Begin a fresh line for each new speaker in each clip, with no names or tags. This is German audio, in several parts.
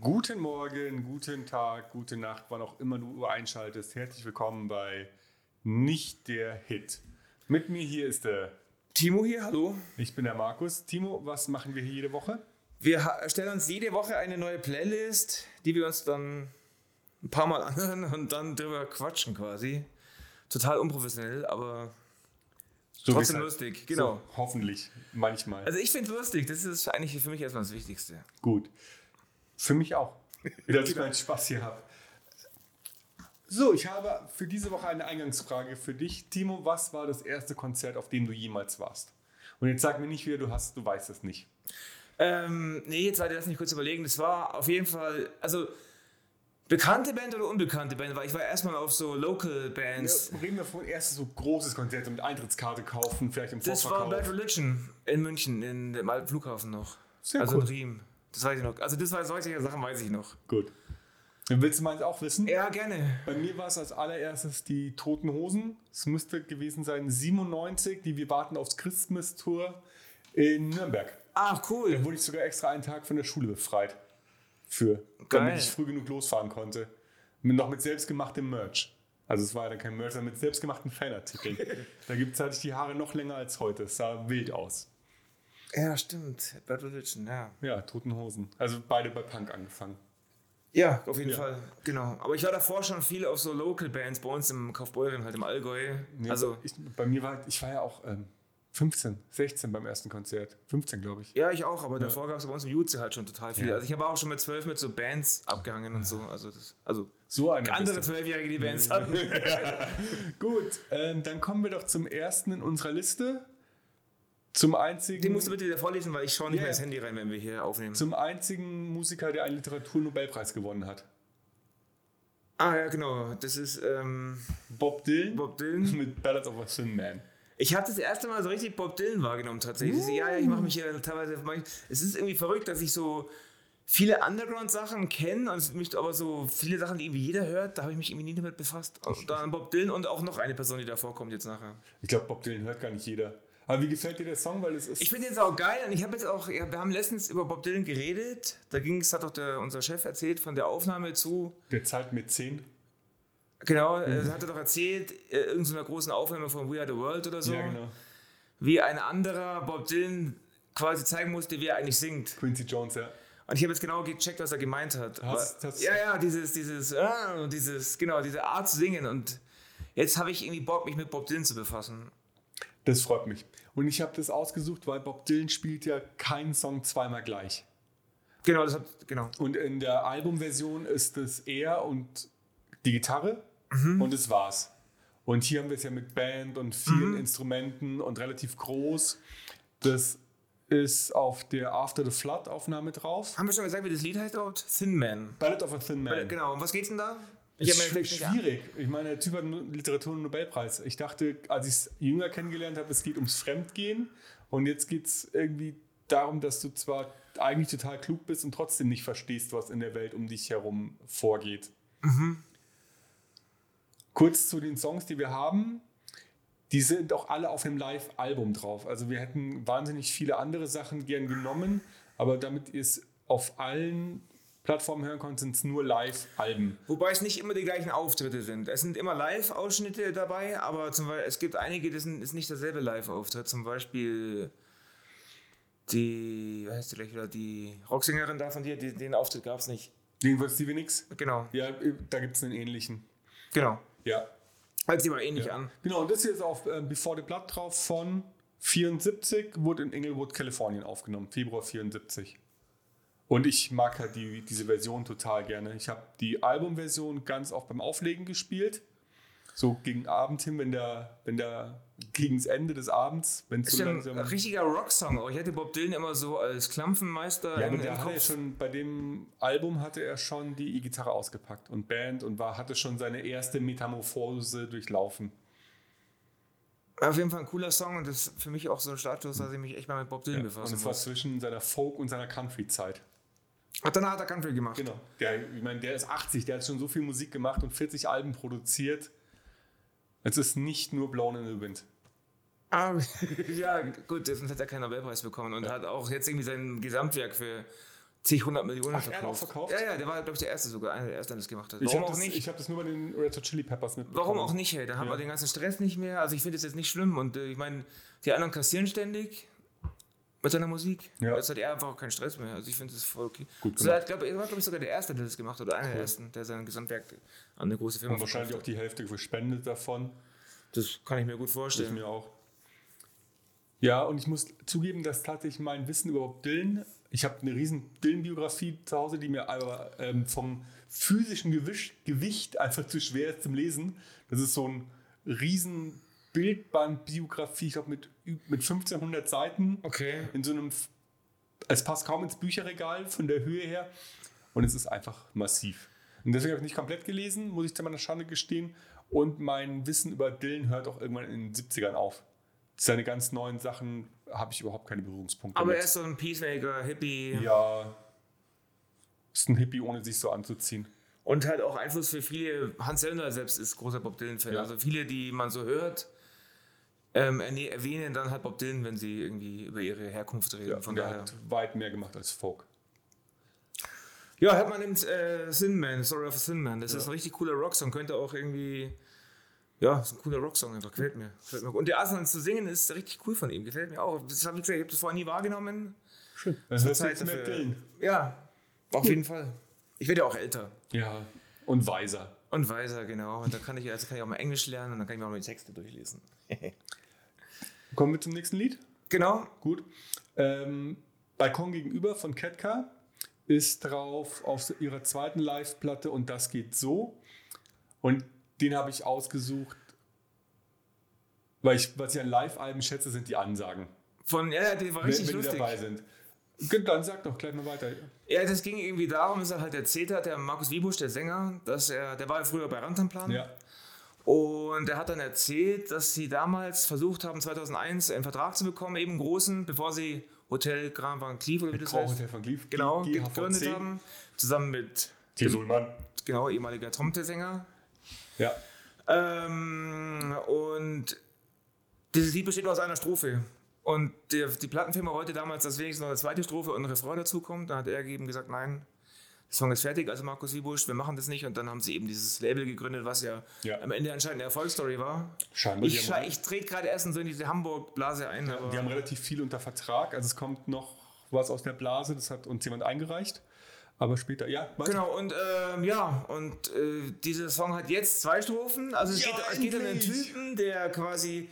Guten Morgen, guten Tag, gute Nacht, wann auch immer du einschaltest. Herzlich willkommen bei Nicht der Hit. Mit mir hier ist der.
Timo hier, hallo.
Ich bin der Markus. Timo, was machen wir hier jede Woche?
Wir ha- stellen uns jede Woche eine neue Playlist, die wir uns dann ein paar Mal anhören und dann drüber quatschen quasi. Total unprofessionell, aber
So wie es
trotzdem
halt-
lustig. Genau.
So, hoffentlich, manchmal.
Also ich finde lustig, das ist eigentlich für mich erstmal das Wichtigste.
Gut. Für mich auch. Dass
Genau.
ich meinen Spaß hier habe. So, ich habe für diese Woche eine Eingangsfrage für dich. Timo, was war das erste Konzert, auf dem du jemals warst? Und jetzt sag mir nicht wieder, du hast, du weißt es nicht.
Ähm, nee, jetzt warte, lass mich kurz überlegen. Das war auf jeden Fall, also bekannte Band oder unbekannte Band, weil ich war erstmal auf so Local Bands.
Reden wir von erstes so großes Konzert mit Eintrittskarte kaufen, vielleicht im
Das war
Vorverkauf.
Bad Religion in München, in dem alten Flughafen noch.
Sehr
also
cool.
in Riem. Das weiß ich noch. Also das war solche Sachen weiß ich noch.
Gut. Dann willst du meins auch wissen?
Ja, gerne.
Bei mir war es als allererstes die Toten Hosen. Es müsste gewesen sein 97, die Wir warten aufs Christmas-Tour in Nürnberg.
Ach,
Da
cool.
wurde ich sogar extra einen Tag von der Schule befreit. Für.
Geil.
Damit ich früh genug losfahren konnte. Mit, noch mit selbstgemachtem Merch. Also es war ja dann kein Merch, sondern mit selbstgemachten Fanartikeln. da gibt's, hatte ich die Haare noch länger als heute. Es sah wild aus.
Ja, stimmt. Bad Religion, ja.
Ja, Toten Hosen. Also beide bei Punk angefangen.
Ja, auf jeden Fall. Genau. Aber ich war davor schon viel auf so Local Bands bei uns im Kaufbeuren, halt im Allgäu.
Nee,
also,
ich, bei mir war, ich war ja auch ähm, 15, 16 beim ersten Konzert. 15, glaube ich.
ja, ich auch, aber davor gab es bei uns im Jutze halt schon total viel.
Ja.
Also ich habe auch schon mit zwölf mit so Bands abgehangen und so. Also, das, also
So eine
andere
bist
Zwölfjährige, die Bands hatten.
du. Gut, ähm, dann kommen wir doch zum ersten in unserer Liste. Zum einzigen.
Den musst du bitte wieder vorlesen, weil ich schaue nicht
Ja,
mehr ins
ja.
Handy rein, wenn wir hier aufnehmen.
Zum einzigen Musiker, der einen Literaturnobelpreis gewonnen hat.
ah, ja, genau. Das ist ähm,
Bob Dylan
Bob Dylan.
mit Ballad of a Thin Man.
Ich habe das erste Mal so richtig Bob Dylan wahrgenommen tatsächlich. Ja, ja, ich mache mich hier teilweise. mach ich- Es ist irgendwie verrückt, dass ich so viele Underground-Sachen kenne und es mich aber so viele Sachen, die irgendwie jeder hört, da habe ich mich irgendwie nie damit befasst. Und dann Bob Dylan und auch noch eine Person, die davor kommt jetzt nachher.
Ich glaube, Bob Dylan hört gar nicht jeder. Aber wie gefällt dir der Song? Weil es ist.
Ich finde den auch geil und ich habe jetzt auch, ja, wir haben letztens über Bob Dylan geredet. Da ging es, hat auch der, unser Chef erzählt von der Aufnahme zu
der zahlt mir 10.
Genau, äh, hat er doch erzählt, äh, irgendeiner großen Aufnahme von We Are the World oder so,
genau.
wie ein anderer Bob Dylan quasi zeigen musste, wie er eigentlich singt.
Quincy Jones, ja.
Und ich habe jetzt genau gecheckt, was er gemeint hat.
Hast-
Aber-
hast-
ja, ja, dieses, dieses, äh, dieses, genau, diese Art zu singen. Und jetzt habe ich irgendwie Bock, mich mit Bob Dylan zu befassen.
Das freut mich. Und ich habe das ausgesucht, weil Bob Dylan spielt ja keinen Song zweimal gleich.
Genau, das hat, genau.
Und in der Albumversion ist es er und die Gitarre und es war's. Und hier haben wir es ja mit Band und vielen Instrumenten und relativ groß. Das ist auf der After the Flood Aufnahme drauf.
Haben wir schon gesagt, wie das Lied heißt überhaupt? Thin Man.
Ballad of a Thin Man.
Genau, und was geht's denn da?
Ich
hab
ist
mir-
schw- schwierig. Ich meine, der Typ hat einen Literatur- und Nobelpreis. Ich dachte, als ich es jünger kennengelernt habe, es geht ums Fremdgehen. Und jetzt geht es irgendwie darum, dass du zwar eigentlich total klug bist und trotzdem nicht verstehst, was in der Welt um dich herum vorgeht. Mhm. Kurz zu den Songs, die wir haben. Die sind auch alle auf dem Live-Album drauf. Also wir hätten wahnsinnig viele andere Sachen gern genommen, aber damit ihr es auf allen Plattformen hören könnt, sind es nur Live-Alben.
Wobei es nicht immer die gleichen Auftritte sind. Es sind immer Live-Ausschnitte dabei, aber zum Beispiel, es gibt einige, das sind- ist nicht derselbe Live-Auftritt. Zum Beispiel die, wie heißt die gleich wieder, die Rocksängerin da von dir, die, den Auftritt gab es nicht.
Jedenfalls Stevie Nicks.
Genau,
Ja, äh, da gibt es einen ähnlichen.
genau.
Ja.
Hört sich aber ähnlich an.
Genau, und das hier ist auf ähm, Before the Blood drauf von 74, wurde in Inglewood, Kalifornien aufgenommen, Februar 74. Und ich mag halt die, diese Version total gerne. Ich habe die Albumversion ganz oft beim Auflegen gespielt. So gegen Abend hin, wenn der, wenn der gegen das Ende des Abends, wenn es
Ist
so
ja ein
langsam.
richtiger Rocksong. auch. Ich hatte Bob Dylan immer so als Klampfenmeister
Ja,
im,
aber
im
der hatte ja
Kopf.
schon, bei dem Album hatte er schon die E-Gitarre ausgepackt und Band und war, hatte schon seine erste Metamorphose durchlaufen.
Auf jeden Fall ein cooler Song und das ist für mich auch so ein Status, dass ich mich echt mal mit Bob Dylan
Und
befassen
es war
muss.
zwischen seiner Folk- und seiner Country-Zeit.
Und danach hat er Country gemacht.
Genau. Der, ich meine, der ist 80, der hat schon so viel Musik gemacht und 40 Alben produziert. Es ist nicht nur Blown in the Wind.
Ah, ja, gut, sonst hat er keinen Nobelpreis bekommen und hat auch jetzt irgendwie sein Gesamtwerk für zig, 100 Millionen
Ach, er hat auch verkauft?
Ja, ja, der war, glaube ich, der Erste sogar, einer der Ersten, der das gemacht hat.
Ich
Warum
habe
auch
das,
nicht?
ich hab das nur bei den Red Hot Chili Peppers mitbekommen.
Warum auch nicht, ey? Da haben
Ja.
wir den ganzen Stress nicht mehr. Also ich finde es jetzt nicht schlimm. Und äh, ich meine, die anderen kassieren ständig mit seiner Musik.
Ja.
Jetzt hat er einfach auch keinen Stress mehr. Also ich finde es voll okay.
Gut
so, er, hat, glaub, er war, glaube ich, sogar der Erste, der das gemacht hat. Oder einer der
Cool.
Ersten, der sein Gesamtwerk an eine große Firma
Und wahrscheinlich auch
verkauft
die Hälfte gespendet davon.
hat. Das kann ich mir gut
Ich
vorstellen.
mir auch. Ja, und ich muss zugeben, dass tatsächlich mein Wissen über Bob Dylan, ich habe eine riesen Dylan-Biografie zu Hause, die mir aber ähm, vom physischen Gewicht, Gewicht einfach zu schwer ist zum Lesen. Das ist so ein riesen Bildband-Biografie, ich glaube mit, ü- mit 1500 Seiten
Okay.
in so einem, F- es passt kaum ins Bücherregal von der Höhe her und es ist einfach massiv. Und deswegen habe ich nicht komplett gelesen, muss ich zu meiner Schande gestehen. Und mein Wissen über Dylan hört auch irgendwann in den 70ern auf. Seine ganz neuen Sachen habe ich überhaupt keine Berührungspunkte
Aber
mit.
er ist so ein Peacemaker, Hippie
ja, ist ein Hippie, ohne sich so anzuziehen.
und halt auch Einfluss für viele. Hans Zellner selbst ist großer Bob Dylan-Fan.
Ja.
Also viele, die man so hört, ähm, erne- erwähnen dann halt Bob Dylan, wenn sie irgendwie über ihre Herkunft reden.
Ja,
von
und er
daher.
hat weit mehr gemacht als Folk.
Ja, hört man nimmt äh, Sinman, Story of a Sinman. Das ist ein richtig cooler Rocksong, könnte auch irgendwie. Ja, ist ein cooler Rocksong einfach, gefällt mir. Gefällt mir. Und der Arsenal zu singen ist richtig cool von ihm, gefällt mir auch. Das habe ich gesagt, ich habe das vorher nie wahrgenommen.
Schön. Das ist
Zeit
jetzt mehr
dafür.
Dylan.
Ja, auf jeden Fall. Ich werde ja auch älter
Ja, und weiser.
und weiser, genau. Und dann kann ich, also kann ich auch mal Englisch lernen und dann kann ich mir auch mal die Texte durchlesen.
Kommen wir zum nächsten Lied.
Genau.
Gut. Ähm, Balkon gegenüber von Ketka ist drauf auf ihrer zweiten Live-Platte und das geht so. Und den habe ich ausgesucht, weil ich, was ich an Live-Alben schätze, sind die Ansagen,
Von, ja, ja, die war
wenn,
richtig
wenn die
lustig. Ähm,
dabei sind. Gut, Dann sag doch gleich mal weiter.
Ja, das ging irgendwie darum, dass er halt erzählt hat, der Markus Wiebusch, der Sänger, dass er, der war ja früher bei Rantanplan.
Ja,
Und er hat dann erzählt, dass sie damals versucht haben, 2001 einen Vertrag zu bekommen, eben einen großen, bevor sie Hotel Grand Van Cleef oder wie das heißt,
Hotel von Glief.
genau,
G- GHVC.
gegründet haben. Zusammen mit,
Die Sulman.
genau, ehemaliger Trompetersänger.
Ja.
Ähm, und dieses Lied besteht nur aus einer Strophe. Und der, die Plattenfirma wollte damals, dass wenigstens noch eine zweite Strophe und ein Refrain dazukommt. Da hat er eben gesagt, nein, der Song ist fertig, also Markus Wiebusch, wir machen das nicht. Und dann haben sie eben dieses Label gegründet, was ja,
Ja.
am Ende anscheinend eine Erfolgsstory war.
Scheinbar.
Ich,
die, haben,
schrei- ich trete gerade erst in so in diese Hamburg-Blase ein. ne? Aber
die haben relativ viel unter Vertrag. Also es kommt noch was aus der Blase, das hat uns jemand eingereicht. Aber später, ja, weiter.
genau, und ähm, ja, und äh, dieser Song hat jetzt zwei Strophen. Also es,
Ja,
geht, es geht um einen
endlich!
Typen, der quasi.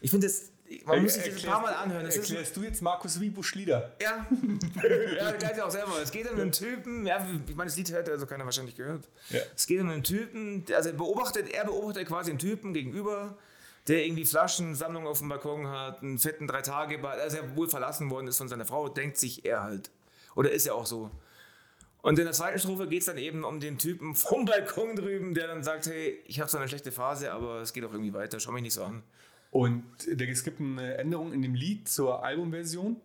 Ich finde das. Man muss sich das ein paar Mal anhören. Das ist,
erklärst du jetzt Markus Wiebusch Lieder?
ja, ja, der ja auch selber. Es geht um einen Typen, ja, ich meine, das Lied hätte also keiner wahrscheinlich gehört.
Ja.
Es geht um einen Typen, der- also er beobachtet, er beobachtet quasi einen Typen gegenüber, der irgendwie Flaschensammlung auf dem Balkon hat, einen fetten drei tage also er wohl verlassen worden ist von seiner Frau, denkt sich er halt. Oder ist ja auch so. Und in der zweiten Strophe geht es dann eben um den Typen vom Balkon drüben, der dann sagt, hey, ich habe so eine schlechte Phase, aber es geht auch irgendwie weiter, schau mich nicht so an.
Und der- es gibt eine Änderung in dem Lied zur Albumversion.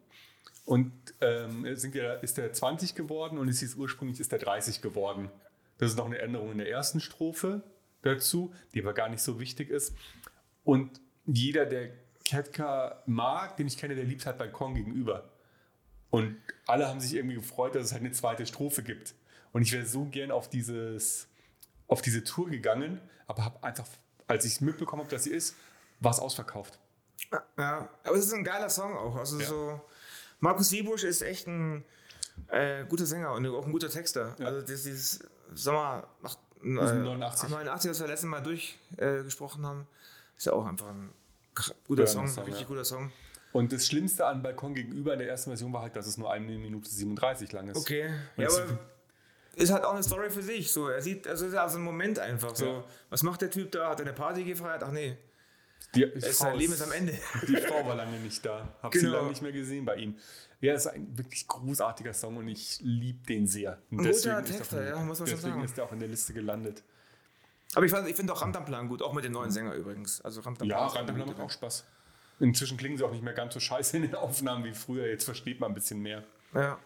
Und ähm, es sind ja, ist der 20 geworden und es hieß ursprünglich ist der 30 geworden. Das ist noch eine Änderung in der ersten Strophe dazu, die aber gar nicht so wichtig ist. Und jeder, der Ketka mag, den ich kenne, der liebt halt Balkon gegenüber. Und alle haben sich irgendwie gefreut, dass es halt eine zweite Strophe gibt. Und ich wäre so gern auf, dieses, auf diese Tour gegangen, aber habe einfach, als ich mitbekommen habe, dass sie ist, war es ausverkauft.
Ja, aber es ist ein geiler Song auch. Also
Ja.
so, Markus Wiebusch ist echt ein äh, guter Sänger und auch ein guter Texter. Also das, dieses, sag mal, ach, äh,
89.
89, was wir letztes Mal durchgesprochen äh, gesprochen haben, ist ja auch einfach ein kr- guter
Ja,
Song,
Song,
richtig
ja.
guter Song.
Und das Schlimmste an Balkon gegenüber in der ersten Version war halt, dass es nur eine Minute 37 lang ist.
Okay,
Und
ja,
es-
aber ist halt auch eine Story für sich. So, er sieht, also es ist ja so ein Moment einfach. So,
Ja.
was macht der Typ da? Hat er eine Party gefeiert? Ach nee,
Die
es-
Frau
sein Leben ist am Ende.
Die Frau war lange nicht da. Hab sie
Genau.
lange nicht mehr gesehen bei ihm. Ja, es ist ein wirklich großartiger Song und ich liebe den sehr. Und
guter
ist er
Texter,
von-
ja, muss man schon
deswegen
sagen.
ist er auch in der Liste gelandet.
Aber ich, fand- ich finde auch Ramtamplan gut, auch mit dem neuen Sänger übrigens. Also Ramtamplan
Ja,
ist
Random
eine
macht
gute
auch Spaß. Inzwischen klingen sie auch nicht mehr ganz so scheiße in den Aufnahmen wie früher. Jetzt versteht man ein bisschen mehr.
Band. Ja.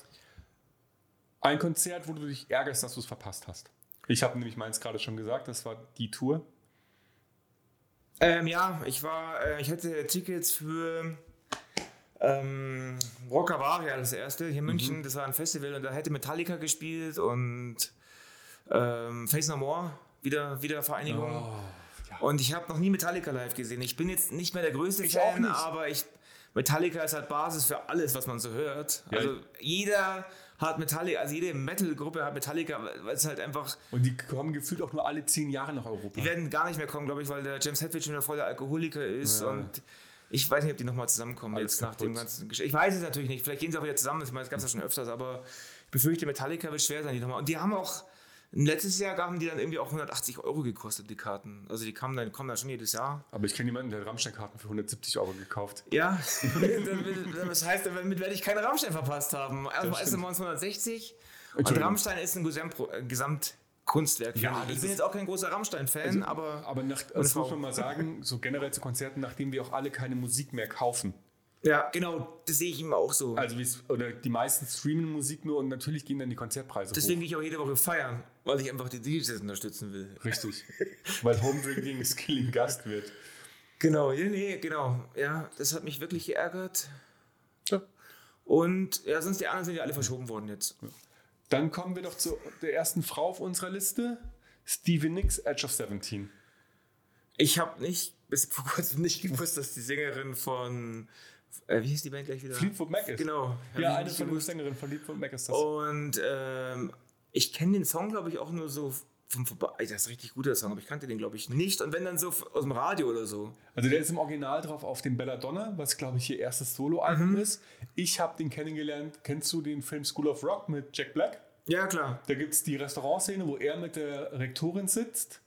Ein Konzert, wo du dich ärgerst, dass du es verpasst hast. Ich habe nämlich meins gerade schon gesagt, das war die Tour.
Ähm, ja, ich war, äh, ich hatte Tickets für ähm, Rocker war ja das erste
Mhm.
hier in München, das war ein Festival und da hätte Metallica gespielt und ähm, Face No More, wieder, wieder Vereinigung.
Oh.
Und ich habe noch nie Metallica live gesehen. Ich bin jetzt nicht mehr der größte
Ah. Ich auch
Fan,
nicht.
aber ich, Metallica ist halt Basis für alles, was man so hört.
Ja,
Also jeder hat Metallica, also jede Metal-Gruppe hat Metallica, weil es halt einfach,
Und die kommen gefühlt auch nur alle zehn Jahre nach Europa.
die werden gar nicht mehr kommen, glaube ich, weil der James Hetfield schon wieder voll der Alkoholiker ist und ich weiß nicht, ob die nochmal zusammenkommen
Alles
jetzt nach dem
kaputt.
ganzen Gesch Ich weiß es natürlich nicht, vielleicht gehen sie auch wieder zusammen, ich meine, das gab es ja schon öfters, aber ich befürchte, Metallica wird schwer sein, die nochmal. Und die haben auch, letztes Jahr haben die dann irgendwie auch 180 Euro gekostet, die Karten. Also die kamen dann, kommen dann schon jedes Jahr.
Aber ich kenne jemanden, der hat Rammstein-Karten für 170 Euro gekauft.
Ja, Dann- das heißt, damit werde ich keine Rammstein verpasst haben. Erstmal ist es
stimmt.
1960 und
Entschuldigung.
Rammstein ist ein Gesam- äh, Gesamtkunstwerk.
Ja, das
finde ich. ich bin
ist- Also,
jetzt auch kein großer Rammstein-Fan, aber
Aber nach,
Und
das muss
Frau.
man mal sagen, so generell zu Konzerten, nachdem wir auch alle keine Musik mehr kaufen.
ja, genau, das sehe ich ihm auch so.
Also wir, oder die meisten streamen Musik nur und natürlich gehen dann die Konzertpreise
Deswegen gehe ich auch jede Woche feiern, weil ich einfach die DJs unterstützen will.
hoch. Richtig. Weil Home Drinking is killing Gast wird.
Genau, ja, nee, genau. Ja, das hat mich wirklich geärgert.
Ja.
Und ja, sonst die anderen sind ja alle verschoben worden jetzt.
Dann kommen wir doch zu der ersten Frau auf unserer Liste. Stevie Nicks, Edge of 17.
Ich habe nicht bis vor kurzem nicht gewusst, dass die Sängerin von äh, wie hieß die Band gleich wieder?
Fleetwood Mac ist.
Genau. hab
Ja,
ich
eine
nicht
von den
gewusst.
Sängerinnen von Fleetwood Mac ist das.
Oh. Und ähm, ich kenne den Song, glaube ich, auch nur so vom Vorbei. Das ist ein richtig guter Song, aber ich kannte den, glaube ich, nicht. Und wenn dann so aus dem Radio oder so.
Also der ist im Original drauf auf dem Belladonna, was glaube ich ihr erstes Soloalbum ist. Ich habe den kennengelernt. Kennst du den Film School of Rock mit Jack Black?
Ja, klar.
Da gibt es die Restaurantszene, wo er mit der Rektorin sitzt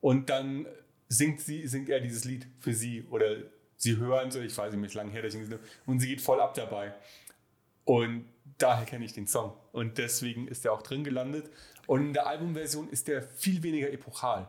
und dann singt, sie, singt er dieses Lied für sie oder sie hören so, ich weiß nicht, wie lange her das Ding ist, und sie geht voll ab dabei. Und daher kenne ich den Song und deswegen ist er auch drin gelandet. Und in der Albumversion ist der viel weniger epochal.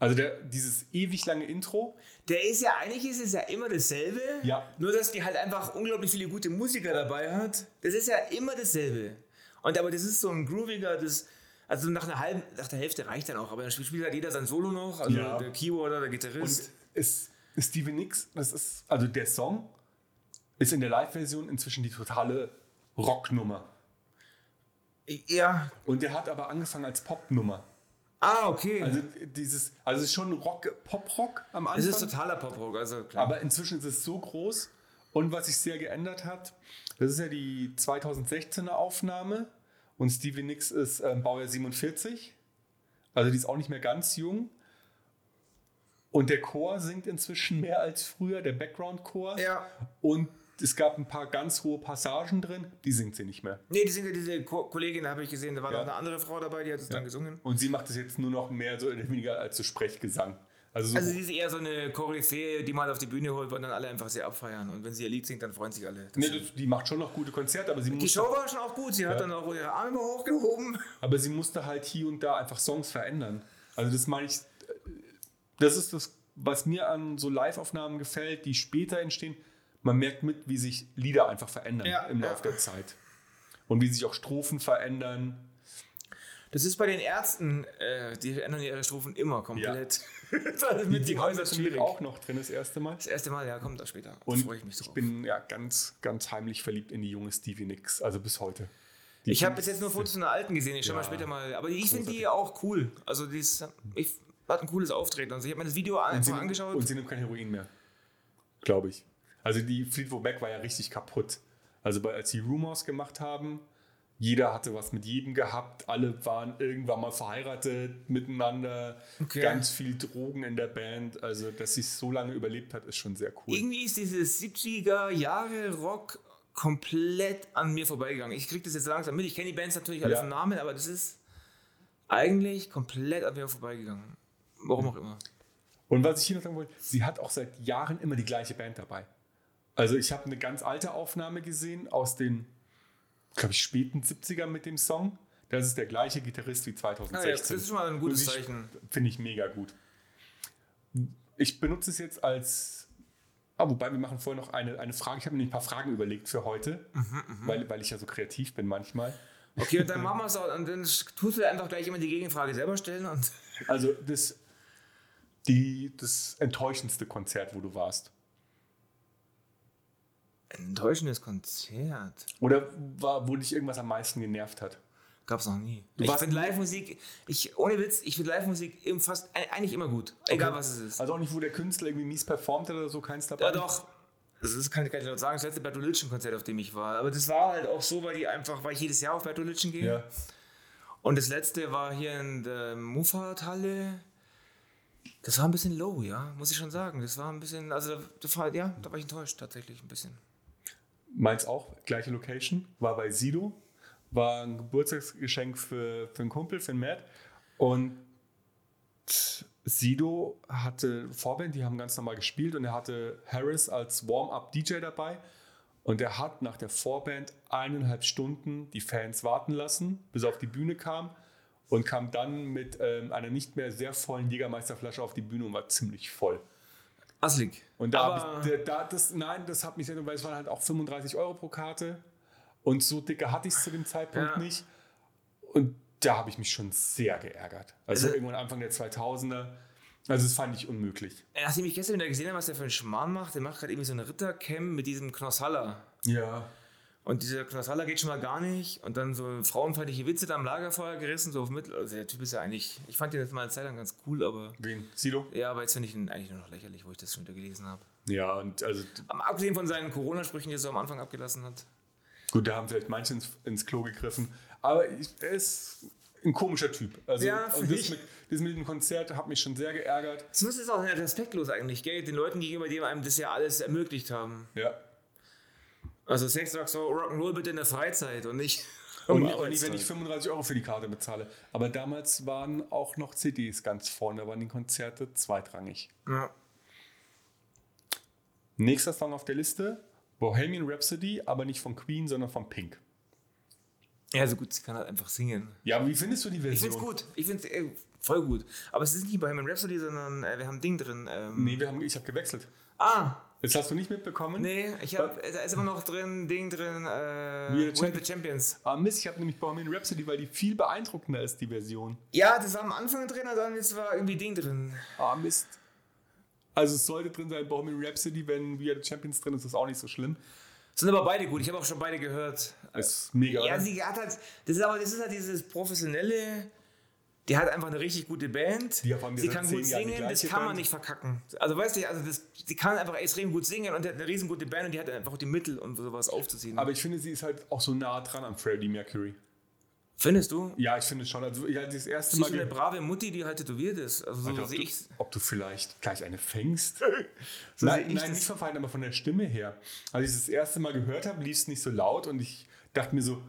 Also der, dieses ewig lange Intro,
Der ist ja, eigentlich ist es ja immer dasselbe.
Ja.
Nur, dass die halt einfach unglaublich viele gute Musiker dabei hat. Das ist ja immer dasselbe. Und aber das ist so ein grooviger, das. Also nach einer halben, nach der Hälfte reicht dann auch, aber dann spielt spielt halt jeder sein Solo noch, also
Ja.
der Keyboarder, der Gitarrist.
Und es ist Steven Nicks, das ist, also der Song ist in der Live-Version inzwischen die totale Rocknummer.
ja.
Und der hat aber angefangen als Popnummer.
Ah, okay.
Also dieses, also es ist schon Rock, Pop-Rock am Anfang.
es ist totaler Pop-Rock, also klar.
aber inzwischen ist es so groß. Und was sich sehr geändert hat, das ist ja die 2016er Aufnahme. Und Stevie Nicks ist ähm, Baujahr 47. Also die ist auch nicht mehr ganz jung. Und der Chor singt inzwischen mehr als früher, der Background-Chor.
Ja.
Und es gab ein paar ganz hohe Passagen drin, die singt sie nicht mehr.
Nee, die sind ja diese Ko Kollegin, habe ich gesehen, da war
Ja.
noch eine andere Frau dabei, die hat es dann gesungen.
Und sie macht es jetzt nur noch mehr so oder weniger als so Sprechgesang. Also, so,
Also sie ist eher so eine Koryphäe, die mal auf die Bühne holt und dann alle einfach sie abfeiern. Und wenn sie ihr Lied singt, dann freuen sich alle. Das
nee, das- die macht schon noch gute Konzerte, aber sie
die
muss
Show war schon auch gut, sie hat dann auch ihre Arme hochgehoben.
Aber sie musste halt hier und da einfach Songs verändern. Also das meine ich, das ist das, was mir an so Live-Aufnahmen gefällt, die später entstehen. Man merkt mit, wie sich Lieder einfach verändern
Ja,
im Laufe
ja.
der Zeit. Und wie sich auch Strophen verändern.
Das ist bei den Ärzten, äh, die ändern ihre Strophen immer komplett. das ist mit die,
Die haben
äußerst
das
schwierig.
Lied auch noch drin das erste Mal.
Das erste Mal, ja, kommt da später. Da
Und
freue ich mich drauf.
ich bin ja ganz, ganz heimlich verliebt in die junge Stevie Nicks, also bis heute. Die
Ich habe
Kind-
bis jetzt nur Fotos von der alten gesehen. Ich schau mal
Ja.
später mal. Aber ich finde die auch cool. Also die ist, ich hat ein cooles Auftreten. Also ich habe mir das Video
und sie
einfach
nimmt-
angeschaut.
Und sie nimmt kein Heroin mehr. Glaube ich. Also die Fleetwood Mac war ja richtig kaputt. Also bei, als die Rumors gemacht haben, jeder hatte was mit jedem gehabt, alle waren irgendwann mal verheiratet miteinander,
Okay.
ganz viel Drogen in der Band. Also, dass sie es so lange überlebt hat, ist schon sehr cool.
irgendwie ist dieses 70er Jahre Rock komplett an mir vorbeigegangen. Ich kriege das jetzt langsam mit. Ich kenne die Bands natürlich alle
Ja.
vom Namen, aber das ist eigentlich komplett an mir vorbeigegangen. Warum auch immer.
Und was ich hier noch sagen wollte, sie hat auch seit Jahren immer die gleiche Band dabei. Also ich habe eine ganz alte Aufnahme gesehen aus den, glaube ich, späten 70ern mit dem Song. Das ist der gleiche Gitarrist wie 2016.
Ah ja, das ist schon mal ein gutes
Und ich-
Zeichen.
Finde ich mega gut. Ich benutze es jetzt als, ah, wobei wir machen vorher noch eine, eine Frage. Ich habe mir ein paar Fragen überlegt für heute,
Mhm,
weil, weil ich ja so kreativ bin manchmal.
Okay, und dann machen wir es auch. Und dann tust du einfach gleich immer die Gegenfrage selber stellen. Und
Also das, die, das enttäuschendste Konzert, wo du warst.
Ein enttäuschendes Konzert.
Oder war, wo dich irgendwas am meisten genervt hat?
Gab's noch nie.
Du
ich
warst-
finde Live-Musik, ich, ohne Witz, ich finde Live-Musik im- fast e- eigentlich immer gut. Egal
Okay.
was es ist.
Also auch nicht, wo der Künstler irgendwie mies performt hat oder so, keins dabei?
ja, doch. Also, Das ist, kann, kann ich laut sagen, das letzte Bertolt Lütschen-Konzert, auf dem ich war. Aber das war halt auch so, weil die einfach, weil ich jedes Jahr auf Bertolt Lütschen gehe.
Ja.
Und das letzte war hier in der Muffathalle. Das war ein bisschen low, ja, muss ich schon sagen. Das war ein bisschen, also da- das war, ja, da war ich enttäuscht tatsächlich ein bisschen.
Meins auch, gleiche Location, war bei Sido, war ein Geburtstagsgeschenk für, für einen Kumpel, für einen Matt. Und Sido hatte Vorband, die haben ganz normal gespielt und er hatte Harris als Warm-up-DJ dabei. Und er hat nach der Vorband eineinhalb Stunden die Fans warten lassen, bis er auf die Bühne kam und kam dann mit ähm, einer nicht mehr sehr vollen Jägermeisterflasche auf die Bühne und war ziemlich voll.
Asslig.
Und da
Aber-
habe ich, da- da, das, nein, das hat mich sehr, weil es waren halt auch 35 Euro pro Karte und so dicke hatte ich es zu dem Zeitpunkt
Ja.
nicht. Und da habe ich mich schon sehr geärgert. Also,
Also-
irgendwann Anfang der 2000er. Also das fand ich unmöglich.
Nachdem ich gestern wieder gesehen habe, was der für einen Schmarrn macht, der macht gerade irgendwie so eine Rittercam mit diesem Knossalla.
Ja.
Und dieser Knossalla geht schon mal gar nicht. Und dann so frauenfeindliche Witze da am Lagerfeuer gerissen, so auf Mittel. Also der Typ ist ja eigentlich, ich fand den jetzt mal eine Zeit lang ganz cool, aber.
Wen? Sido?
Ja, aber jetzt finde ich ihn eigentlich nur noch lächerlich, wo ich das schon wieder gelesen habe.
Ja, und also
Am- Abgesehen von seinen Corona-Sprüchen, die er so am Anfang abgelassen hat.
gut, da haben vielleicht manche ins, ins Klo gegriffen. Aber ich, er ist ein komischer Typ. Also
Ja,
und
finde
das
ich.
mit, das mit dem Konzert hat mich schon sehr geärgert.
Das muss jetzt auch sehr respektlos eigentlich, gell? Den Leuten gegenüber, die einem das ja alles ermöglicht haben.
Ja.
Also Sex, Drugs, Rock'n'Roll bitte in der Freizeit und nicht.
Und,
am
und nicht, wenn ich
Arbeitstag.
35 Euro für die Karte bezahle. Aber damals waren auch noch CDs ganz vorne, da waren die Konzerte zweitrangig.
ja.
Nächster Song auf der Liste: Bohemian Rhapsody, aber nicht von Queen, sondern von Pink.
ja, so gut, sie kann halt einfach singen.
Ja, aber wie findest du die
Ich
Version?
find's gut. Ich find's äh, voll gut. Aber es ist nicht Bohemian Rhapsody, sondern äh, wir haben ein Ding drin. Ähm,
Nee, wir haben, ich habe gewechselt.
Ah,
Das hast du nicht mitbekommen?
nee, ich hab, äh, da ist immer noch drin, Ding
the
drin, äh, We're the
Champions.
Champions.
Ah, Mist, ich habe nämlich Bohemian Rhapsody, weil die viel beeindruckender ist, die Version.
Ja, das war am Anfang drin, und dann jetzt war irgendwie Ding drin.
Ah, Mist. Also, es sollte drin sein: Bohemian Rhapsody, wenn wir Champions drin ist, ist das auch nicht so schlimm.
Sind aber beide gut, ich habe auch schon beide gehört.
Das ist mega.
Äh, Ja,
oder?
sie hat halt, das ist aber das ist halt dieses professionelle. Die hat einfach eine richtig gute Band.
Die haben wir
sie
seit
kann
zehn
gut
Jahren die
singen, das
gleiche
kann man
Band.
nicht verkacken. Also weißt du, also das, die kann einfach extrem gut singen und die hat eine riesen gute Band und die hat einfach die Mittel, um sowas aufzuziehen.
aber ich finde, sie ist halt auch so nah dran am Freddie Mercury.
Findest du?
Ja, ich finde schon. Also, ich hatte das erste
Sie
Mal.
ist so eine
ge-
brave Mutti, die halt tätowiert ist. Also so
ob,
sehe
du,
ich
ob du vielleicht gleich eine fängst.
so
nein,
seh
nein
ich das.
nicht vom Verhalten, aber von der Stimme her. Als ich es das erste Mal gehört habe, lief es nicht so laut und ich dachte mir so.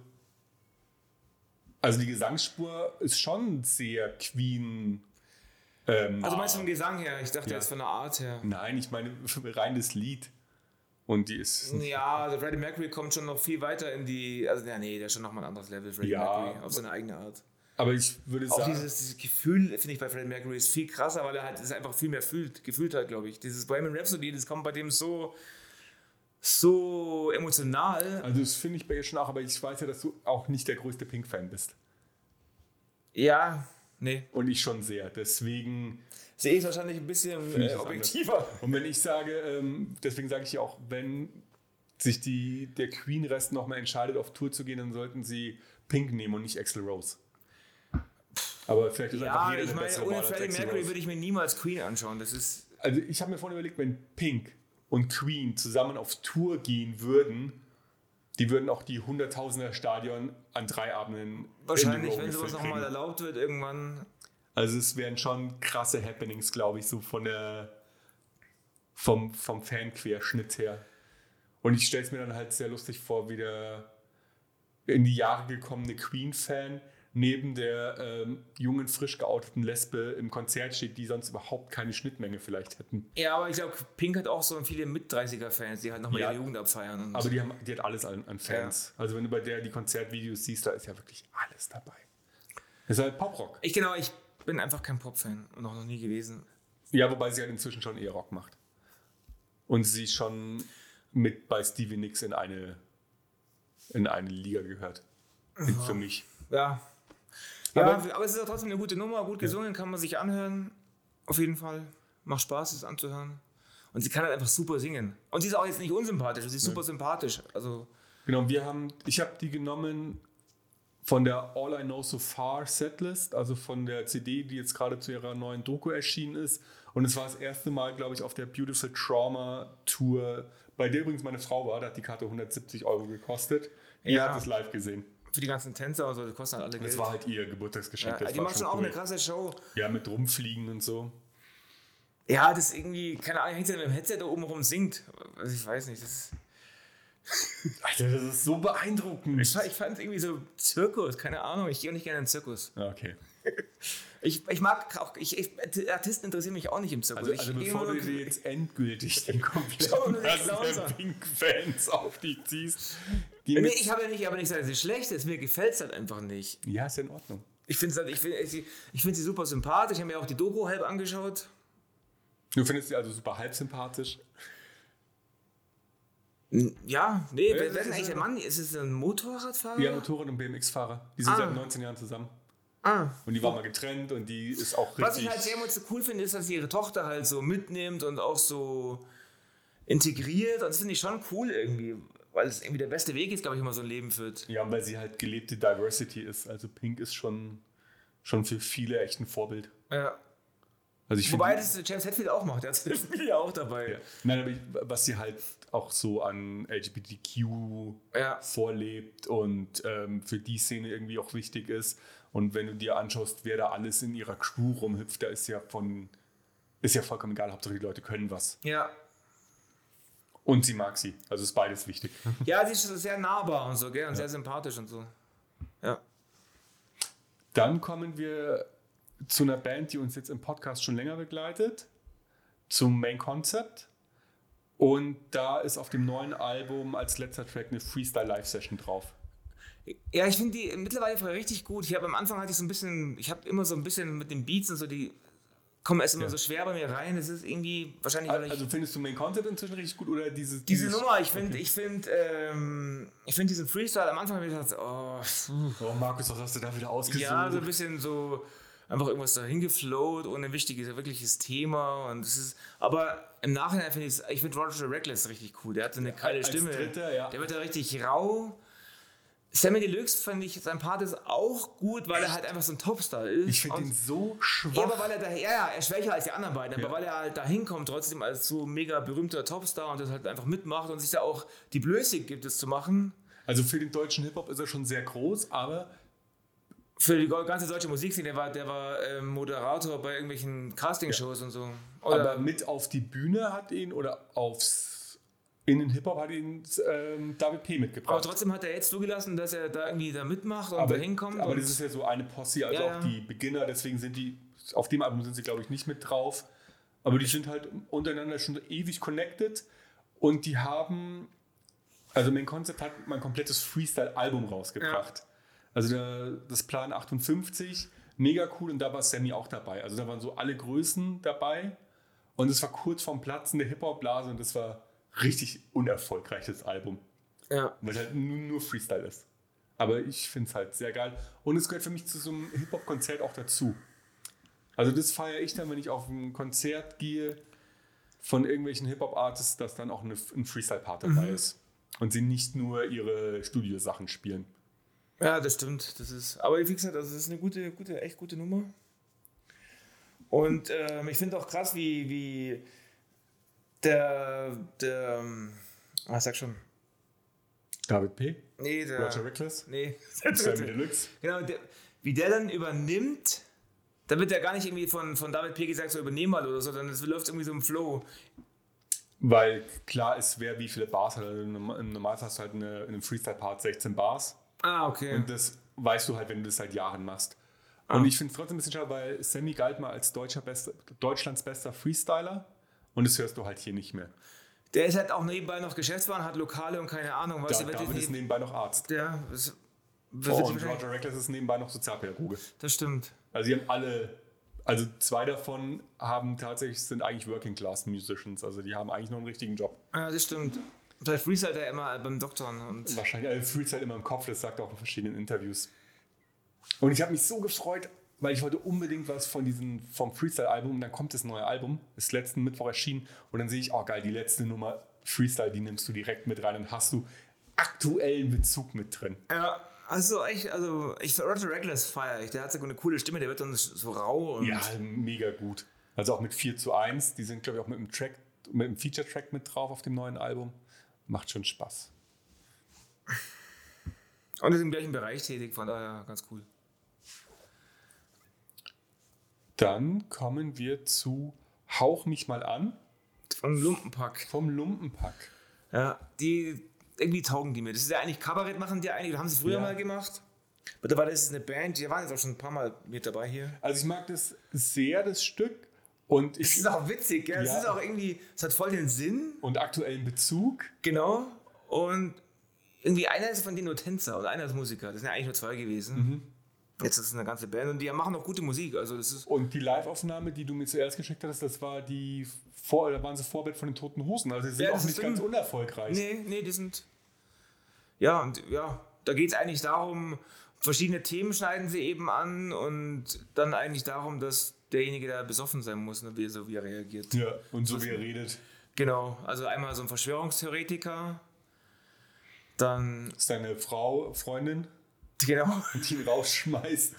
Also die Gesangsspur ist schon sehr Queen. Ähm,
Also meinst du
nah.
vom Gesang her? Ich dachte
Ja.
jetzt von der Art her.
Nein, ich meine rein das Lied. Und die ist.
Ja, also Freddie Mercury kommt schon noch viel weiter in die. Also, ja, nee, der ist schon nochmal ein anderes Level, Freddie
Ja.
Mercury, auf seine eigene Art.
Aber ich würde
Auch
sagen.
dieses, dieses Gefühl, finde ich, bei Freddie Mercury ist viel krasser, weil er halt es einfach viel mehr fühlt, gefühlt hat, glaube ich. Dieses Bohemian Rhapsody, das kommt bei dem so, so emotional.
Also das finde ich bei ihr schon auch, aber ich weiß ja, dass du auch nicht der größte Pink-Fan bist.
Ja, nee.
Und ich schon sehr. Deswegen.
Sehe ich wahrscheinlich ein bisschen
ich
äh,
das
objektiver.
Und wenn ich sage, ähm, deswegen sage ich ja auch, wenn sich die, der Queen-Rest nochmal entscheidet, auf Tour zu gehen, dann sollten sie Pink nehmen und nicht Axel Rose. Aber vielleicht ist einfach
Ja,
jeder
ich
eine
meine,
bessere
ohne
Wahl als
Freddie
Axl
Mercury
Rose.
würde ich mir niemals Queen anschauen. Das ist.
Also ich habe mir vorhin überlegt, wenn Pink und Queen zusammen auf Tour gehen würden, die würden auch die Hunderttausender Stadion an drei Abenden in die
Wahrscheinlich,
Row
wenn sowas
gefüllt
nochmal
kriegen.
erlaubt wird, irgendwann.
Also es wären schon krasse Happenings, glaube ich, so von der vom, vom Fanquerschnitt her. Und ich stelle es mir dann halt sehr lustig vor, wie der in die Jahre gekommene Queen-Fan neben der ähm, jungen, frisch geouteten Lesbe im Konzert steht, die sonst überhaupt keine Schnittmenge vielleicht hätten.
Ja, aber ich glaube, Pink hat auch so viele Mit-30er-Fans, die halt nochmal
Ja.
ihre Jugend abfeiern. Und
Aber die, haben, die hat alles an, an Fans. Also wenn du bei der die Konzertvideos siehst, da ist ja wirklich alles dabei. Das ist halt Poprock.
ich genau, ich bin einfach kein Pop-Fan und auch noch nie gewesen.
Ja, wobei sie halt inzwischen schon eher Rock macht. Und sie schon mit bei Stevie Nicks in eine, in eine Liga gehört. Für mich.
Ja.
Aber-
Aber, ja, aber es ist auch trotzdem eine gute Nummer, gut gesungen, kann man sich anhören. Auf jeden Fall. Macht Spaß, es anzuhören. Und sie kann halt einfach super singen. Und sie ist auch jetzt nicht unsympathisch, sie ist super sympathisch. Also,
Genau, wir haben, ich habe die genommen von der All I Know So Far Setlist, also von der CD, die jetzt gerade zu ihrer neuen Doku erschienen ist. Und es war das erste Mal, glaube ich, auf der Beautiful Trauma Tour, bei der übrigens meine Frau war, da hat die Karte 170 Euro gekostet. Die
Ja.
hat es live gesehen.
für die ganzen Tänzer und so, das kostet halt alle Geld.
Das war halt ihr Geburtstagsgeschenk.
ja,
das
die
war
macht schon
schon
auch
cool.
eine krasse Show.
Ja, mit rumfliegen und so.
Ja, das irgendwie, keine Ahnung, hängt sie mit dem Headset da oben rum und singt. Also ich weiß nicht, das ist.
Alter, das ist so beeindruckend.
Ich, ich fand es irgendwie so Zirkus, keine Ahnung, ich gehe auch nicht gerne in den Zirkus.
Ja, okay.
Ich, ich mag auch, ich, ich, Artisten interessieren mich auch nicht im Zirkus.
Also, also
ich gehe
bevor
immer
du
nur-
dir jetzt endgültig den
Schau
kompletten
mal, der
Rassen
Klauser.
der Pink-Fans auf dich ziehst, die
Nee,
mit
ich habe ja nicht, aber nicht gesagt, dass sie schlecht ist. Mir gefällt es halt einfach nicht.
Ja, ist ja in Ordnung.
Ich finde halt, ich find, ich, ich find sie super sympathisch. Ich habe mir auch die Doku halb angeschaut.
Du findest sie also super halb sympathisch.
N- Ja, nee, wer
das
ist denn
ist
eigentlich
ja-
der Mann? Ist es ein Motorradfahrer?
Ja, Motorrad- und BMX-Fahrer. Die sind
Ah.
seit 19 Jahren zusammen.
Ah.
Und die waren mal getrennt und die ist auch richtig.
Was ich halt sehr immer so cool finde, ist, dass sie ihre Tochter halt so mitnimmt und auch so integriert. Und das finde ich schon cool irgendwie, weil es irgendwie der beste Weg ist, glaube ich, wenn man so ein Leben führt.
ja, weil sie halt gelebte Diversity ist. Also Pink ist schon, schon für viele echt ein Vorbild.
Ja.
Also ich
Wobei
finde-
das James Hetfield auch macht, der hat seine Familie auch dabei.
Ja. Nein, aber ich, was sie halt auch so an LGBTQ
Ja.
vorlebt und ähm, für die Szene irgendwie auch wichtig ist. Und wenn du dir anschaust, wer da alles in ihrer Crew rumhüpft, da ist ja von. Ist ja vollkommen egal, Hauptsache die Leute können was.
Ja.
Und sie mag sie. Also ist beides wichtig.
Ja, sie ist so sehr nahbar und so, gell? Und sehr sympathisch und so. Ja.
Dann kommen wir zu einer Band, die uns jetzt im Podcast schon länger begleitet, zum Main Concept. Und da ist auf dem neuen Album als letzter Track eine Freestyle Live Session drauf.
Ja, ich finde die mittlerweile voll richtig gut. Ich habe am Anfang hatte ich so ein bisschen, ich habe immer so ein bisschen mit den Beats und so, die kommen erst immer
Ja.
so schwer bei mir rein. Das ist irgendwie wahrscheinlich, weil ich
Also findest du Main Concept inzwischen richtig gut oder dieses
diese
dieses-
Nummer, ich finde, ich finde, ähm, ich finde diesen Freestyle am Anfang habe ich gedacht, oh,
Oh Markus, was hast du da wieder ausgesucht?
ja, also so ein bisschen so einfach irgendwas dahin geflowt, ohne wichtiges, wirkliches Thema und es ist, aber im Nachhinein finde ich, ich finde Roger Reckless richtig cool, der hat so eine geile
als
Stimme,
Dritter, ja.
der wird da richtig rau. Sammy Deluxe fand ich, sein Part ist auch gut, weil er halt einfach so ein Topstar ist.
ich finde
Und-
ihn so
Ja,
schwach.
aber weil er da, ja, ja, er ist schwächer als die anderen beiden, aber
Ja.
weil er halt da hinkommt, trotzdem als so mega berühmter Topstar und das halt einfach mitmacht und sich da auch die Blöße gibt, es zu machen.
Also für den deutschen Hip-Hop ist er schon sehr groß, aber
Für die ganze deutsche Musikszene, der war, der war ähm, Moderator bei irgendwelchen Castingshows und so. Oder,
aber mit auf die Bühne hat ihn oder aufs in den Hip-Hop hat ihn ähm, David P. mitgebracht.
aber trotzdem hat er jetzt zugelassen, dass er da irgendwie da mitmacht und
aber,
da hinkommt.
Aber
und-
das ist ja so eine Posse, also
Ja,
auch
ja.
die Beginner, deswegen sind die, auf dem Album sind sie, glaube ich, nicht mit drauf. Aber die sind halt untereinander schon so ewig connected und die haben, also mein Konzept hat mein komplettes Freestyle-Album rausgebracht. Also der, das Plan 58, mega cool und da war Sammy auch dabei. Also da waren so alle Größen dabei und es war kurz vorm Platzen der Hip-Hop-Blase und das war richtig unerfolgreiches Album
ja.
weil es halt nur, nur Freestyle ist. Aber ich finde es halt sehr geil. Und es gehört für mich zu so einem Hip-Hop-Konzert auch dazu. Also das feiere ich dann, wenn ich auf ein Konzert gehe von irgendwelchen Hip-Hop-Artists, dass dann auch eine, ein Freestyle-Part dabei ist. Und sie nicht nur ihre Studiosachen spielen.
Ja, das stimmt. Das ist, aber wie gesagt, also das ist eine gute, gute, echt gute Nummer. Und ähm, ich finde auch krass, wie, wie der, der, ähm, ah, sag schon.
David P.,
Nee, der,
Roger Reckless,
nee,
Sammy Deluxe.
genau, der, wie der dann übernimmt, da wird ja gar nicht irgendwie von, von David P. gesagt, so übernehmen mal oder so, sondern es läuft irgendwie so im Flow.
Weil klar ist, wer wie viele Bars hat. Also Im Normalfall hast du halt eine, in einem Freestyle-Part 16 Bars.
Ah, okay.
Und das weißt du halt, wenn du das seit Jahren machst. Und ich finde es trotzdem ein bisschen schade, weil Sammy galt mal als deutscher bester, Deutschlands bester Freestyler und das hörst du halt hier nicht mehr.
der ist halt auch nebenbei noch Geschäftsmann, hat Lokale und keine Ahnung,
Da,
weißt du, wird
David
jetzt
ist
neben,
nebenbei noch Arzt.
der, das,
Oh,
wird
und
jetzt wahrscheinlich-
Roger Reckless ist nebenbei noch Sozialpädagoge.
das stimmt.
Also die haben alle, also zwei davon haben tatsächlich, sind eigentlich Working Class Musicians, also die haben eigentlich noch einen richtigen Job.
Ja, das stimmt. Vielleicht freestylt er immer beim Doktorn. Und
Wahrscheinlich, also fühlt halt immer im Kopf, das sagt er auch in verschiedenen Interviews. Und ich habe mich so gefreut, weil ich wollte unbedingt was von diesem, vom Freestyle-Album und dann kommt das neue Album, ist letzten Mittwoch erschienen und dann sehe ich, oh geil, die letzte Nummer Freestyle, die nimmst du direkt mit rein und hast du aktuellen Bezug mit drin.
Ja, also echt, also ich Roger Reckless feier ich. Der hat so eine coole Stimme, der wird dann so rau und
Ja, mega gut. Also auch mit 4 zu 1, die sind glaube ich auch mit dem Track, mit dem Feature-Track mit drauf auf dem neuen Album. Macht schon Spaß.
Und ist im gleichen Bereich tätig, von daher ganz cool.
Dann kommen wir zu Hauch mich mal an
Von Lumpenpack.
vom Lumpenpack.
Ja, die irgendwie taugen die mir. Das ist ja eigentlich Kabarett machen die eigentlich, haben sie früher
Ja.
mal gemacht. Mittlerweile ist es eine Band, die waren jetzt auch schon ein paar Mal mit dabei hier.
Also ich mag das sehr, das Stück. Und
Es
ich
ist auch witzig, gell? Es
Ja.
ist auch irgendwie, es hat voll den Sinn,
und aktuellen Bezug.
genau. Und irgendwie einer ist von denen nur Tänzer und einer ist Musiker. Das sind ja eigentlich nur zwei gewesen. Jetzt ist es eine ganze Band und die machen auch gute Musik. Also das ist
Und die Live-Aufnahme, die du mir zuerst geschickt hattest, das war die Vor da waren sie Vorbild von den Toten Hosen. Also sie sind
Ja,
auch
das
nicht
ist
ganz
stimmt.
unerfolgreich.
Nee, nee, die sind. Ja, und ja, da geht es eigentlich darum, verschiedene Themen schneiden sie eben an und dann eigentlich darum, dass derjenige, der besoffen sein muss, ne, wie, so wie er reagiert.
Ja, und so wie er redet,
Genau, also einmal so ein Verschwörungstheoretiker, dann,
ist deine Frau, Freundin,
genau.
die ihn rausschmeißt.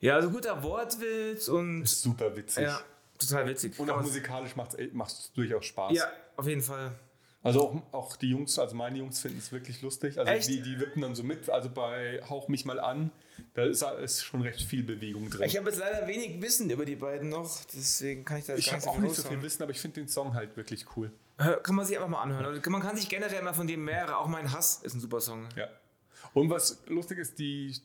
Ja, also guter Wortwitz und.
Super witzig.
Ja, total witzig.
Und
Kann
auch
man-
musikalisch macht es durchaus Spaß.
Ja, auf jeden Fall.
Also auch, auch die Jungs, also meine Jungs finden es wirklich lustig. Also
Echt?
die, die wippen dann so mit. Also bei Hauch mich mal an, da ist, ist schon recht viel Bewegung drin.
Ich habe jetzt leider wenig Wissen über die beiden noch, deswegen kann ich da
Ich
gar
habe auch nicht so
raushauen.
viel Wissen, aber ich finde den Song halt wirklich cool.
Hör- Kann man sich einfach mal anhören. Und Man kann sich generell mal von dem mehrere. Auch mein Hass ist ein super Song.
Ja. Und was lustig ist, die,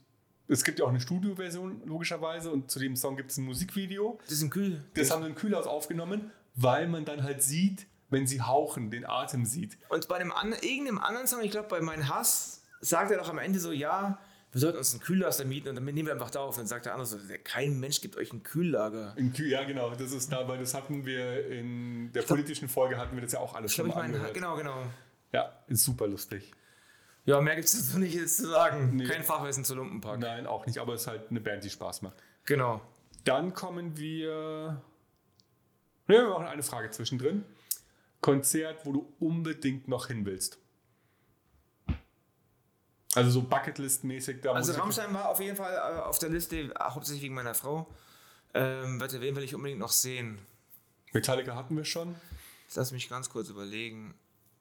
es gibt ja auch eine Studioversion logischerweise und zu dem Song gibt es ein Musikvideo.
Das ist ein Kühl.
Das haben sie im Kühlhaus aufgenommen, weil man dann halt sieht, wenn sie hauchen, den Atem sieht.
Und bei dem an, irgendeinem anderen Song, ich glaube bei mein Hass, sagt er doch am Ende so, ja, wir sollten uns ein Kühllager mieten und dann nehmen wir einfach da auf. Und dann sagt der andere so, kein Mensch gibt euch ein Kühllager.
Im Kü ja, genau, das ist da, weil das hatten wir in der politischen Folge, hatten wir das ja auch alles
Ich
schon
glaube,
mal
ich meine,
angehört.
genau, genau.
Ja, ist super lustig.
Ja, mehr gibt es dazu nicht jetzt zu sagen.
Nee.
Kein Fachwissen zu Lumpenpack.
Nein, auch nicht, aber es ist halt eine Band, die Spaß macht.
Genau.
Dann kommen wir. Ja, wir machen eine Frage zwischendrin. Konzert, wo du unbedingt noch hin willst. Also so Bucketlist-mäßig. Da
Also
muss ich-
Rammstein war auf jeden Fall äh, auf der Liste, äh, hauptsächlich wegen meiner Frau. Ähm, warte, wen will ich unbedingt noch sehen?
Metallica hatten wir schon.
Jetzt Lass mich ganz kurz überlegen.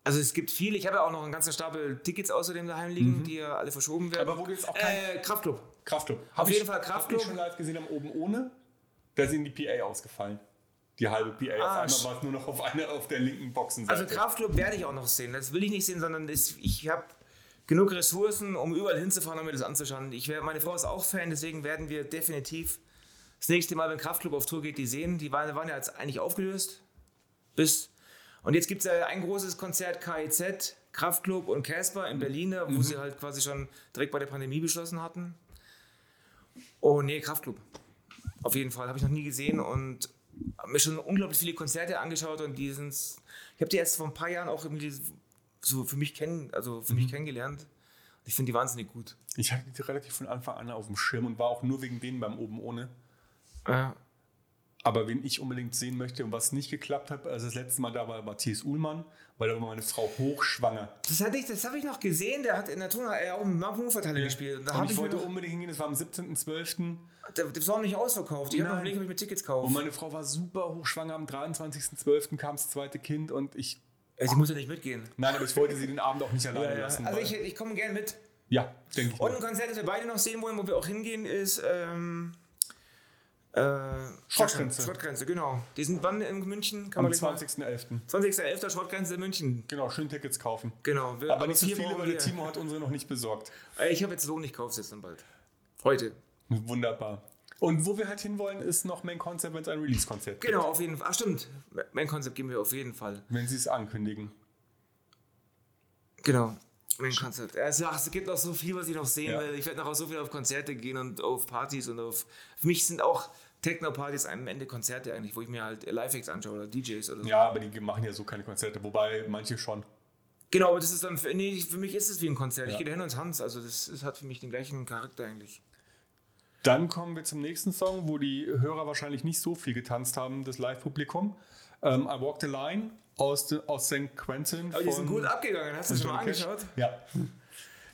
Also es gibt viele. Ich habe ja auch noch einen ganzen Stapel Tickets außerdem daheim liegen, die ja alle verschoben werden.
Mhm. Aber wo gibt's auch
äh, Kraftclub.
Kraftclub. Hab
jeden Fall Kraftclub.
Hab ich schon live gesehen am Oben ohne. Da sind die PA ausgefallen. Die halbe PA.
Ah,
auf
sch-
einmal war es nur noch auf einer auf der linken Boxenseite.
Also Kraftclub werde ich auch noch sehen. Das will ich nicht sehen, sondern das, ich habe genug Ressourcen, um überall hinzufahren, um mir das anzuschauen. Ich wär, meine Frau ist auch Fan, deswegen werden wir definitiv das nächste Mal, wenn Kraftclub auf Tour geht, die sehen. Die waren, waren ja jetzt eigentlich aufgelöst. Bis. Und jetzt gibt es ja ein großes Konzert KIZ, Kraftclub und Casper in Berlin, wo sie halt quasi schon direkt bei der Pandemie beschlossen hatten. Oh nee, Kraftclub. Auf jeden Fall, habe ich noch nie gesehen und habe mir schon unglaublich viele Konzerte angeschaut und die sind. Ich habe die erst vor ein paar Jahren auch irgendwie so für mich kennen, also für mich
Mhm.
kennengelernt. Ich finde die wahnsinnig gut.
ich hatte die relativ von Anfang an auf dem Schirm und war auch nur wegen denen beim Oben ohne.
Ja.
Aber wen ich unbedingt sehen möchte und was nicht geklappt hat, also das letzte Mal da war Matthias Uhlmann, weil da war meine Frau hochschwanger.
Das hatte ich, das habe ich noch gesehen, der hat in der Tona äh, auch mit Hoferteile gespielt. Und da
und
habe
ich
ich mir
wollte
noch,
unbedingt hingehen, das war am 17.12.
der, das war noch nicht ausverkauft. Ich
Nein.
habe noch überlegt, ob ich mir Tickets
Und
kaufe.
meine Frau war super hochschwanger. Am 23.12. kam das zweite Kind und ich.
Also ich muss ja nicht mitgehen.
Nein, aber ich wollte sie den Abend auch nicht alleine lassen.
Also
weil-
ich, ich komme gerne mit.
ja, denke ich.
Und
mir.
ein Konzert, das wir beide noch sehen wollen, wo wir auch hingehen, ist ähm, äh,
Schrottgrenze.
Schrottgrenze, genau. Die sind wann in München? Kann
Am
man gleich mal-
20.11.
20.11. Schrottgrenze in München.
Genau, schön Tickets kaufen.
Genau. Wir,
Aber nicht so
vier
viele,
brauchen
weil der
wir.
Timo hat unsere noch nicht besorgt.
Äh, Ich habe jetzt Lohn, ich kaufe es jetzt dann bald. Heute.
Wunderbar. Und wo wir halt hinwollen, ist noch Main Concept, wenn es ein Release-Konzert gibt.
Genau, auf jeden Fall. Ach stimmt, mein Konzept geben wir auf jeden Fall.
Wenn sie es ankündigen.
Genau. Mein Konzept. Also, ach, es gibt noch so viel, was ich noch sehen
Ja.
will. Ich werde noch auf so viel auf Konzerte gehen und auf Partys und auf. Für mich sind auch Techno-Partys am Ende Konzerte eigentlich, wo ich mir halt Live-Acts anschaue oder DJs oder so.
Ja, aber die machen ja so keine Konzerte, wobei manche schon.
Genau, aber das ist dann. Für, nee, für mich ist es wie ein Konzert.
Ja.
Ich gehe da hin und tanze. Also, das, ist- hat für mich den gleichen Charakter eigentlich.
Dann kommen wir zum nächsten Song, wo die Hörer wahrscheinlich nicht so viel getanzt haben, das Live-Publikum. Ähm, I Walk the Line aus, de, aus St. Quentin.
Aber die
von-
sind gut abgegangen, hast du das schon mal
von Johnny Cash.
angeschaut?
Ja.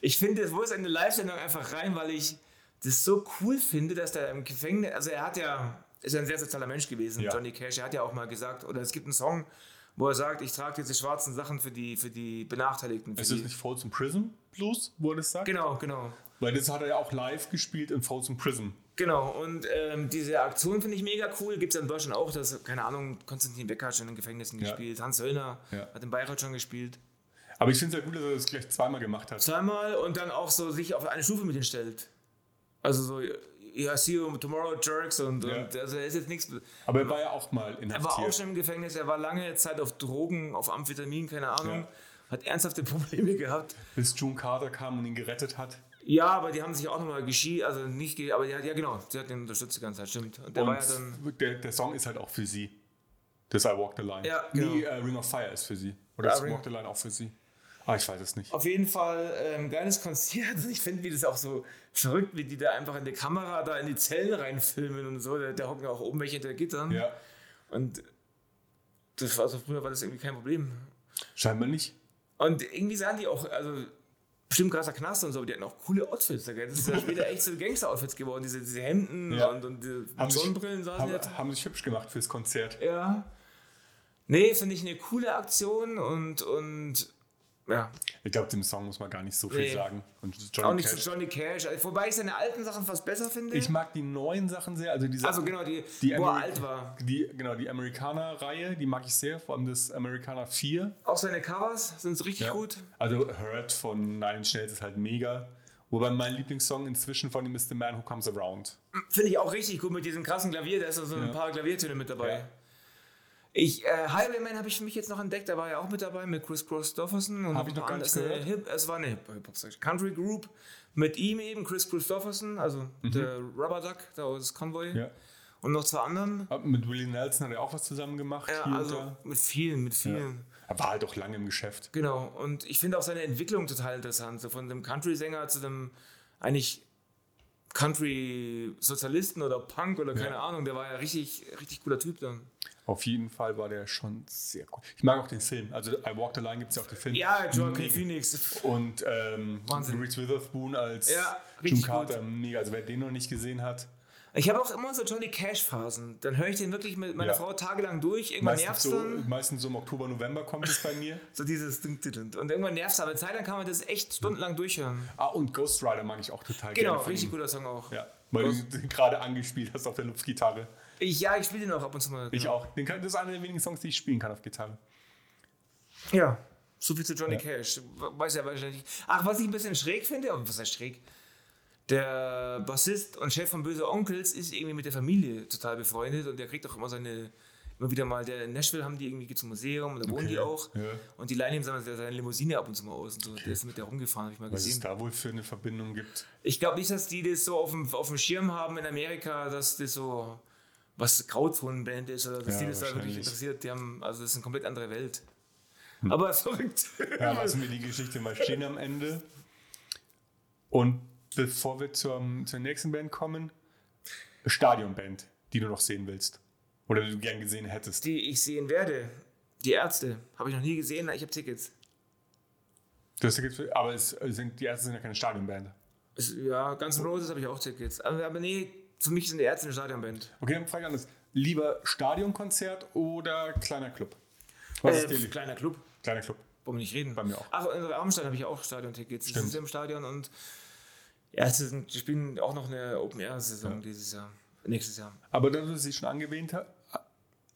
Ich finde, das muss in eine Live-Sendung einfach rein, weil ich das so cool finde, dass der im Gefängnis, also er hat ja, ist ja ein sehr sozialer Mensch gewesen,
Ja.
Johnny Cash, er hat ja auch mal gesagt, oder es gibt einen Song, wo er sagt, ich trage diese schwarzen Sachen für die, für die Benachteiligten. Für
Ist
die.
das nicht Folsom Prison Blues, wo er das sagt?
Genau, genau.
Weil das hat er ja auch live gespielt in Folsom Prison.
Genau, und ähm, diese Aktion finde ich mega cool. Gibt es ja in Deutschland auch, dass, keine Ahnung, Konstantin Becker hat schon in Gefängnissen
Ja.
gespielt, Hans Höllner
Ja.
hat in Bayreuth schon gespielt.
Aber ich finde es ja gut, dass er das gleich zweimal gemacht hat.
zweimal und dann auch so sich auf eine Stufe mit ihm stellt. Also so, ja, see you tomorrow, Jerks und,
Ja.
und also er ist jetzt nichts.
Aber er war ja auch mal
Er war auch
inhaftiert.
schon im Gefängnis, er war lange Zeit auf Drogen, auf Amphetamin, keine Ahnung.
Ja.
Hat ernsthafte Probleme gehabt.
Bis June Carter kam und ihn gerettet hat.
Ja, aber die haben sich auch nochmal geschieden, also nicht, ge- aber ja, ja genau, sie hat den unterstützt die ganze Zeit, stimmt. Und der
und
war ja dann,
der, der Song ist halt auch für sie. Das I Walk the Line.
Ja,
Nee,
genau.
äh, Ring of Fire ist für sie. Oder
Ja,
ist
Ring-
Walk the Line auch für sie? Ah, ich weiß es nicht.
auf jeden Fall ähm, geiles Konzert. Ich finde, wie das auch so verrückt, wie die da einfach in die Kamera da in die Zellen reinfilmen und so. Da, da hocken auch oben welche hinter Gittern.
Ja,
Und das war so früher war das irgendwie kein Problem.
scheinbar nicht.
Und irgendwie sahen die auch, also bestimmt krasser Knast und so, aber die hatten auch coole Outfits. da, gell? Das ist ja später echt so Gangster-Outfits geworden, diese, diese Hemden
Ja.
und, und diese
Haben sich-
Sonnenbrillen saßen
Haben,
jetzt.
haben sich hübsch gemacht fürs Konzert.
Ja. Nee, finde ich eine coole Aktion und, und ja,
Ich glaube, dem Song muss man gar nicht so viel
Nee.
sagen. Und
auch
Johnny
nicht zu
Cash.
Johnny Cash. Also, wobei ich seine alten Sachen fast besser finde.
Ich mag die neuen Sachen sehr. Also diese
also genau, die,
Die
wo er
Ameri-
alt war.
Die, genau, die Amerikaner-Reihe, die mag ich sehr, vor allem das Amerikaner 4.
Auch seine Covers sind richtig
Ja.
gut.
Also Hurt von Nine Inch Nails ist halt mega. Wobei mein Lieblingssong inzwischen von ihm ist The Man Who Comes Around.
Finde ich auch richtig gut mit diesem krassen Klavier. Da ist so ein
Ja.
paar Klaviertöne mit dabei.
Ja.
Ich, äh, Highwayman habe ich für mich jetzt noch entdeckt. Da war ja auch mit dabei mit Chris Christopherson. und
Hab ich
noch
noch gar
an-
nicht
ist eine
gehört.
Hip, Es war eine Hip- Hip-Hop Country Group. Mit ihm eben Chris Christopherson, also der Rubber Duck da aus Convoy.
Mhm. Ja.
Und noch zwei anderen.
Aber Mit Willie Nelson hat er auch was zusammen gemacht.
Ja,
hier und
also
da.
mit vielen, mit vielen.
Er war halt auch lange im Geschäft.
Genau, und ich finde auch seine Entwicklung total interessant. So von dem Country-Sänger zu dem eigentlich Country-Sozialisten oder Punk oder keine Ahnung. Der war ja richtig, richtig cooler Typ dann.
Auf jeden Fall war der schon sehr gut. Ich mag auch den Film. Also I Walk the Line gibt es ja auch den Film.
Ja, Joaquin
Mega.
Phoenix.
Und ähm,
Wahnsinn.
Reese Witherspoon als
Ja,
Jim
richtig
Carter. Mega. Also wer den noch nicht gesehen hat,
Ich habe auch immer so Johnny Cash-Phasen. Dann höre ich den wirklich mit meiner
Ja.
Frau tagelang durch. Irgendwann
meistens
nervt's
so, äh,
dann.
meistens so im Oktober, November kommt es bei mir.
So dieses Ding, ding, ding. Und irgendwann nervt's aber Zeit, dann kann man das echt stundenlang durchhören.
Ah, und Ghost Rider mag ich auch total
Genau,
gerne. von
richtig
ihm.
guter Song auch.
Ja, weil du den gerade angespielt hast auf der Luftgitarre.
Ich, ja, ich spiele den auch ab und zu mal.
Ich
genau.
auch. Den kann, das ist einer der wenigen Songs, die ich spielen kann auf Gitarre.
Ja. So viel zu Johnny
Ja.
Cash. Weiß ja wahrscheinlich. Ach, was ich ein bisschen schräg finde, oh, was heißt schräg? Der Bassist und Chef von Böse Onkels ist irgendwie mit der Familie total befreundet und der kriegt auch immer seine, immer wieder mal, der in Nashville haben die irgendwie, gibt's ein Museum und da wohnen
Okay,
die auch.
ja.
Und die leihen ihm seine, seine Limousine ab und zu mal aus und so. Der ist mit der rumgefahren, habe ich mal
Was es
gesehen.
da wohl für eine Verbindung gibt.
Ich glaube nicht, dass die das so auf dem, auf dem Schirm haben in Amerika, dass das so was Grauzonenband ist oder dass
Ja,
die das da wirklich
wahrscheinlich. Hm.
interessiert. Die haben, also das ist eine komplett andere Welt. Aber verrückt.
Ja, lassen wir die Geschichte mal stehen am Ende. Und bevor wir zur, zur nächsten Band kommen, Stadionband, die du noch sehen willst. Oder die du gern gesehen hättest.
die ich sehen werde. Die Ärzte. Habe ich noch nie gesehen, ich habe Tickets.
Das gibt's, aber es sind, die Ärzte sind ja keine Stadionband.
Es, ja, Guns N' Roses habe ich auch Tickets. Aber, aber nee, für mich sind die Ärzte eine Stadionband.
Okay, dann frage ich anders. Lieber Stadionkonzert oder kleiner Club? Was ist dir lieb?
Äh, kleiner Club.
Kleiner Club.
Wollen wir nicht reden? Bei
mir auch.
Ach, in Rammstein habe ich auch Stadiontickets. Ich
Stimmt.
sitze im Stadion und Ärzte sind, die spielen auch noch eine Open-Air-Saison dieses Jahr. Nächstes Jahr.
Aber da du sie schon angewähnt ha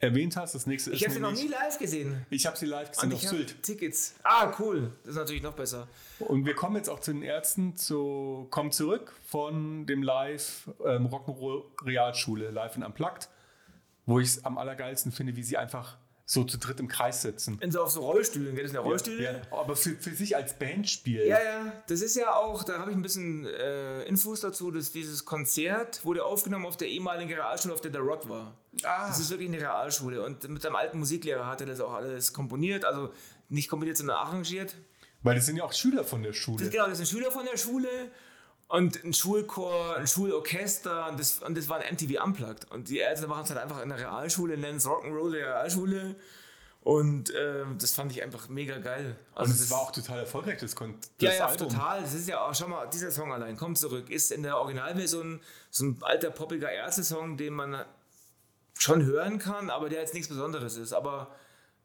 erwähnt hast, das nächste
Ich
ist
habe sie noch
nämlich-
nie live gesehen.
Ich habe sie live gesehen
Und
auf
ich
Sylt.
habe Tickets. Ah, cool. Das ist natürlich noch besser.
Und wir kommen jetzt auch zu den Ärzten zu Komm zurück von dem Live ähm, Rock'n'Roll Realschule, Live in Unplugged, wo ich es am allergeilsten finde, wie sie einfach so zu dritt im Kreis sitzen.
Wenn sie auf so Rollstühlen, geht das eine Rollstühle?
Ja, aber für, für sich als Band spielen.
Ja, ja, das ist ja auch, da habe ich ein bisschen äh, Infos dazu, dass dieses Konzert wurde aufgenommen auf der ehemaligen Realschule, auf der der Rock war.
Ah.
Das ist wirklich eine Realschule und mit seinem alten Musiklehrer hat er das auch alles komponiert, also nicht komponiert, sondern arrangiert.
Weil das sind ja auch Schüler von der
Das,
Schule.
genau, das sind Schüler von der Schule Und ein Schulchor, ein Schulorchester und das, und das war ein MTV Unplugged. Und die Eltern machen es halt einfach in der Realschule, nennen es Rock'n'Roll der Realschule. Und ähm, das fand ich einfach mega geil. Also
und es war auch total erfolgreich, das Konzert.
ja, ja, total. Das ist ja auch, schau mal, dieser Song allein, komm zurück, ist in der Originalversion so ein alter poppiger Ärzte-Song, den man schon hören kann, aber der jetzt nichts Besonderes ist. Aber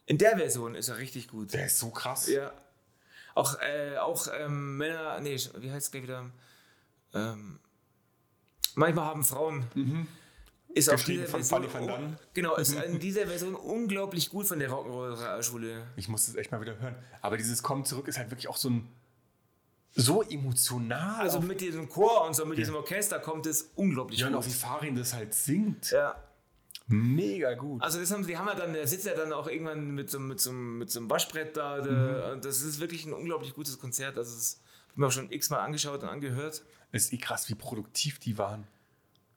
in der Version ist er richtig gut.
Der ist so krass.
Ja. Auch, äh, auch ähm, Männer, nee, wie heißt es gleich wieder? Ähm, manchmal haben Frauen. Ist auch
Geschrieben
diese
Mhm. von Mhm.
Version,
Fanny van Damme.
genau, ist in dieser Version unglaublich gut von der Rock'n'Roll-Schule.
Ich muss das echt mal wieder hören. Aber dieses Kommen zurück ist halt wirklich auch so ein. so emotional.
Also
auch-
mit diesem Chor und so mit diesem Orchester kommt es unglaublich
ja, und auch wie
gut.
Farin das halt singt.
Ja.
Mega gut.
Also das haben sie, die haben ja dann, der sitzt ja dann auch irgendwann mit so, mit so, mit so einem Waschbrett da. Der, und Das ist wirklich ein unglaublich gutes Konzert. Also das habe ich mir auch schon x-mal angeschaut und angehört.
Es ist eh krass, wie produktiv die waren.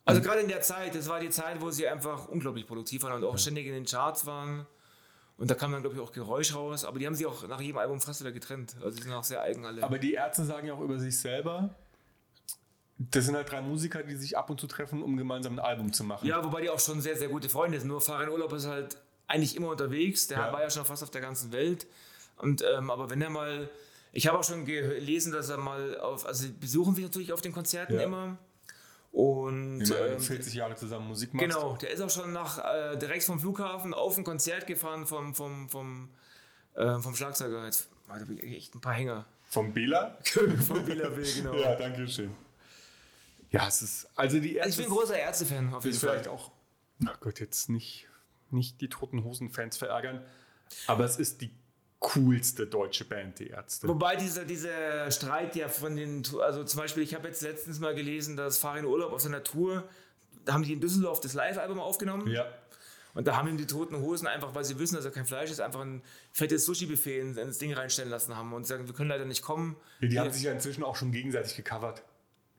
Also gerade in der Zeit, das war die Zeit, wo sie einfach unglaublich produktiv waren und auch ständig in den Charts waren. Und da kam dann, glaube ich, auch Geräusch raus. Aber die haben sich auch nach jedem Album fast wieder getrennt. Also die sind auch sehr eigen alle.
Aber die Ärzte sagen ja auch über sich selber, das sind halt drei Musiker, die sich ab und zu treffen, um gemeinsam ein Album zu machen.
ja, wobei die auch schon sehr, sehr gute Freunde sind. Nur Farin Urlaub ist halt eigentlich immer unterwegs. Der
Ja.
war ja schon fast auf der ganzen Welt. Und, ähm, aber wenn er mal... Ich habe auch schon gelesen, dass er mal auf... Also sie besuchen wir natürlich auf den Konzerten
Ja.
immer. Und...
Wenn man
ähm,
40 Jahre zusammen Musik macht.
Genau, der ist auch schon nach, äh, direkt vom Flughafen auf ein Konzert gefahren vom, vom, vom, äh, vom Schlagzeuger. Jetzt warte, hab ich echt ein paar Hänger.
Vom Bela?
vom Bieler Will, genau.
Ja, danke schön. Ja, es ist. Also die
Also
Ärzte
ich bin ein großer Ärztefan auf jeden
ist vielleicht
Fall.
auch. Na Gott, jetzt nicht, nicht die toten Hosen-Fans verärgern. Aber es ist die coolste deutsche Band, die Ärzte.
Wobei dieser, dieser Streit ja von den, also zum Beispiel, ich habe jetzt letztens mal gelesen, dass Farin Urlaub auf seiner Tour, da haben die in Düsseldorf das Live-Album aufgenommen.
Ja.
Und da haben ihm die toten Hosen einfach, weil sie wissen, dass er kein Fleisch ist, einfach ein fettes Sushi-Buffet ins- ins Ding reinstellen lassen haben und sagen, wir können leider nicht kommen.
Die
Wir-
haben sich ja inzwischen auch schon gegenseitig gecovert.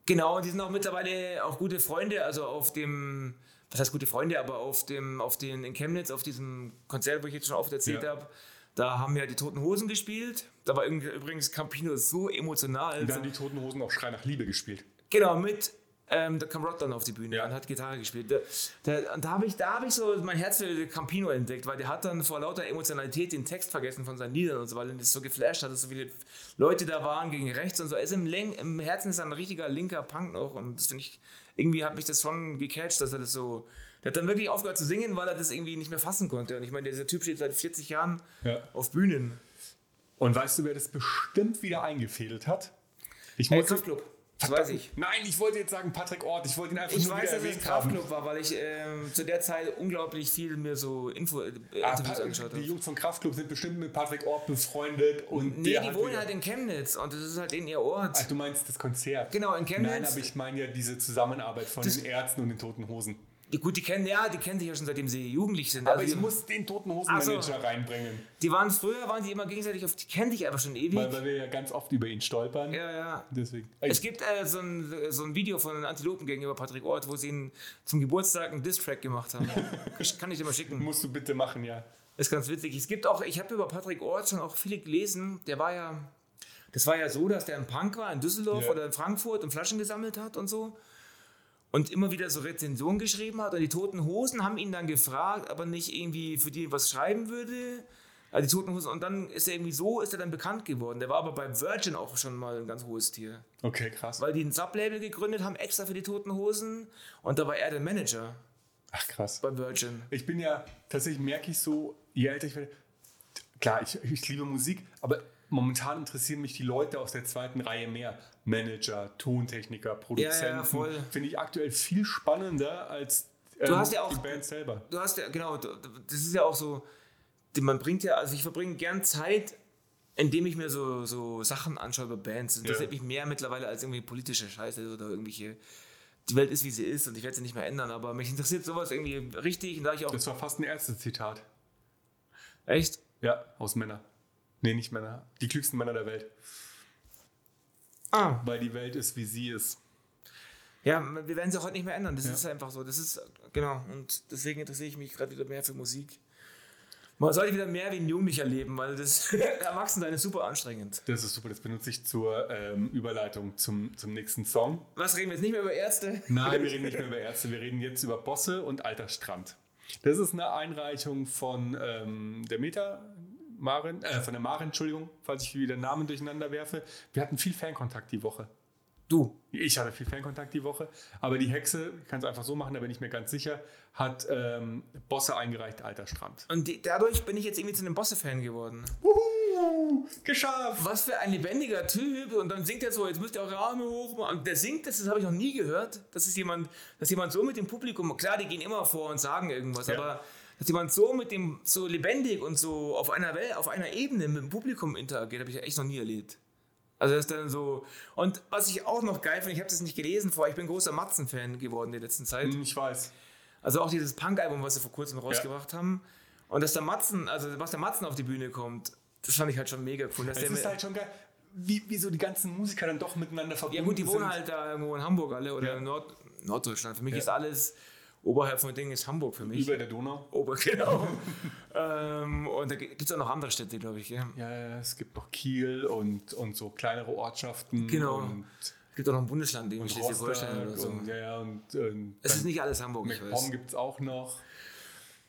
Genau, und die sind auch mittlerweile auch gute Freunde, also auf dem, was heißt gute Freunde, aber auf dem, auf den in Chemnitz, auf diesem Konzert, wo ich jetzt schon oft erzählt
Ja.
habe, da haben ja die Toten Hosen gespielt. Da war irgendwie- übrigens Campino so emotional.
Und dann die toten Hosen auch Schrei nach Liebe gespielt.
Genau, mit ähm, da kam Rod dann auf die Bühne
Ja.
und hat Gitarre gespielt. Da, da, und da habe ich, da hab ich so mein Herz für Campino entdeckt, weil der hat dann vor lauter Emotionalität den Text vergessen von seinen Liedern und so, weil ihn das so geflasht hat, dass so viele Leute da waren gegen rechts und so. Er ist im, Len im Herzen ist er ein richtiger linker Punk noch und das finde ich, irgendwie hat mich das schon gecatcht, dass er das so. Der hat dann wirklich aufgehört zu singen, weil er das irgendwie nicht mehr fassen konnte. Und ich meine, dieser Typ steht seit 40 Jahren
Ja.
auf Bühnen.
Und weißt du, wer das bestimmt wieder eingefädelt hat? Ich
Hey,
muss.
Kraftclub. Das weiß ich.
Nein, ich wollte jetzt sagen Patrick Ort. Ich wollte ihn einfach
Ich
nur
weiß,
wieder
dass es
erwähnt haben.
Kraftclub war, weil ich ähm, zu der Zeit unglaublich viel mir so Info, äh,
Ah,
Interviews
Pa-
angeschaut
die
habe.
Jungs von Kraftclub sind bestimmt mit Patrick Ort befreundet und
Nee,
der
die
hat
wohnen
wieder-
halt in Chemnitz und das ist halt in ihr Ort.
Ach, du meinst das Konzert?
Genau, in Chemnitz.
Nein, aber ich meine ja diese Zusammenarbeit von den Ärzten und den Toten Hosen.
die, gut, die kennen, ja, die kennen sich ja schon seitdem sie jugendlich sind.
Aber
also
ich
die,
muss den Toten Hosen
Ach so.
Manager reinbringen,
die waren früher, waren die immer gegenseitig auf, die kennen dich einfach schon ewig.
weil, weil wir ja ganz oft über ihn stolpern.
ja, ja.
Deswegen.
Es gibt äh, so, ein, so ein Video von den Antilopen gegenüber Patrick Ort, wo sie ihn zum Geburtstag einen Diss-Track gemacht haben. Ich- Kann ich dir mal schicken.
musst du bitte machen, ja.
Ist ganz witzig. Es gibt auch, ich habe über Patrick Ort schon auch viele gelesen. Der war ja, das war ja so, dass der im Punk war, in Düsseldorf
Ja.
oder in Frankfurt und Flaschen gesammelt hat und so. Und immer wieder so Rezensionen geschrieben hat. Und die Toten Hosen haben ihn dann gefragt, aber nicht irgendwie für die was schreiben würde. Also die Toten Hosen. Und dann ist er irgendwie so, ist er dann bekannt geworden. Der war aber bei Virgin auch schon mal ein ganz hohes Tier.
Okay, krass.
Weil die ein Sublabel gegründet haben, extra für die Toten Hosen. Und da war er der Manager
Ach, krass.
bei Virgin.
Ich bin ja, tatsächlich merke ich so, je älter ich werde, klar, ich, ich liebe Musik, aber momentan interessieren mich die Leute aus der zweiten Reihe mehr. Manager, Tontechniker, Produzenten.
voll.
Finde ich aktuell viel spannender als ähm,
hast ja auch-
die Band selber.
du hast ja, genau, du- du- das ist ja auch so, die- man bringt ja, also ich verbringe gern Zeit, indem ich mir so, so Sachen anschaue über Bands. Das interessiert mich mehr mittlerweile als irgendwie politische Scheiße oder irgendwelche, die Welt ist wie sie ist und ich werde sie nicht mehr ändern, aber mich interessiert sowas irgendwie richtig und da ich auch,
Das war fast ein Ärzte-Zitat.
echt,
Ja, aus Männer. Nee, nicht Männer. Die klügsten Männer der Welt.
ah,
Weil die Welt ist, wie sie ist.
ja, wir werden sie auch heute nicht mehr ändern, das ist einfach so, das ist, genau, und deswegen interessiere ich mich gerade wieder mehr für Musik. Man sollte wieder mehr wie ein Jugendlicher leben, weil das Erwachsensein ist super anstrengend.
Das ist super, das benutze ich zur ähm, Überleitung zum, zum nächsten Song.
Was reden wir jetzt nicht mehr über Ärzte?
Nein, wir reden nicht mehr über Ärzte, wir reden jetzt über Bosse und Alter Strand. Das ist eine Einreichung von ähm, der Meta, Maren, äh, von der Maren, Entschuldigung, falls ich wieder Namen durcheinander werfe. Wir hatten viel Fankontakt die Woche.
Du.
Ich hatte viel Fankontakt die Woche, aber die Hexe, kann es einfach so machen, da bin ich mir ganz sicher, hat ähm, Bosse eingereicht, Alter Strand.
Und die, dadurch bin ich jetzt irgendwie zu einem Bosse-Fan geworden.
Wuhu, geschafft!
Was für ein lebendiger Typ. Und dann singt er so, jetzt müsst ihr eure Arme hoch. machen. Und der singt das, das habe ich noch nie gehört. Das ist jemand, dass jemand so mit dem Publikum, klar, die gehen immer vor und sagen irgendwas,
Ja.
aber dass jemand so mit dem, so lebendig und so auf einer Welt, auf einer Ebene mit dem Publikum interagiert, habe ich echt noch nie erlebt. Also das ist dann so. Und was ich auch noch geil finde, ich habe das nicht gelesen vorher, ich bin großer Matzen-Fan geworden in der letzten Zeit.
Hm, Ich weiß.
Also auch dieses Punk-Album, was sie vor kurzem rausgebracht haben. Und dass der Matzen, also was der Matzen auf die Bühne kommt, das fand ich halt schon mega cool. Dass
Es
der mit,
ist halt schon geil, wie, wie so die ganzen Musiker dann doch miteinander verbunden
ja gut, die wohnen
sind.
halt da irgendwo in Hamburg alle oder
Ja.
in Nord Norddeutschland. Für mich
Ja.
ist alles oberhalb von Dingen ist Hamburg für mich.
Über der Donau.
Ober, genau. ähm, und da gibt es auch noch andere Städte, glaube ich. Ja.
Ja, ja, es gibt noch Kiel und, und so kleinere Ortschaften.
Genau.
Und
Es gibt auch noch ein Bundesland, irgendwie Schleswig-Holstein oder
Rostock
so.
und, ja, ja, und, und
es ist nicht alles Hamburg, ich
MacPom
weiß.
gibt es auch noch.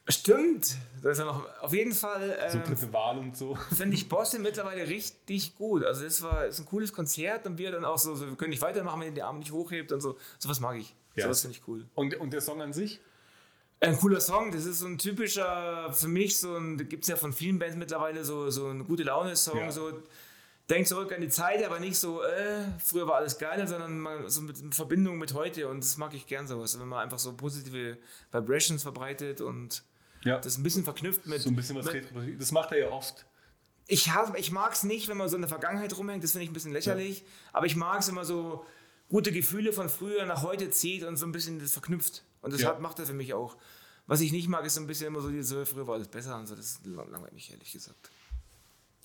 Stimmt. Da ist ja noch, auf jeden Fall
So
ähm,
dritte Wahl und so.
finde ich Bosse mittlerweile richtig gut. Also das war ist ein cooles Konzert und wir dann auch so, so wir können nicht weitermachen, wenn ihr die Arme nicht hochhebt und so. Sowas mag ich.
Ja.
Sowas finde ich cool.
Und, und der Song an sich?
Ein cooler Song, das ist so ein typischer, für mich so ein, gibt es ja von vielen Bands mittlerweile so, so ein gute Laune-Song,
Ja.
so denk zurück an die Zeit, aber nicht so, äh, früher war alles geiler, sondern mal so mit in Verbindung mit heute und das mag ich gern sowas, wenn man einfach so positive Vibrations verbreitet und
Ja.
das ein bisschen verknüpft mit
so ein bisschen was
mit,
Retro. Das macht er ja oft.
ich, has- ich mag es nicht, wenn man so in der Vergangenheit rumhängt, das finde ich ein bisschen lächerlich, aber ich mag es, wenn man so gute Gefühle von früher nach heute zieht und so ein bisschen das verknüpft. Und das
Ja.
hat, macht er für mich auch. Was ich nicht mag, ist so ein bisschen immer so diese früher war alles besser und so, das ist lang- langweilt mich, ehrlich gesagt.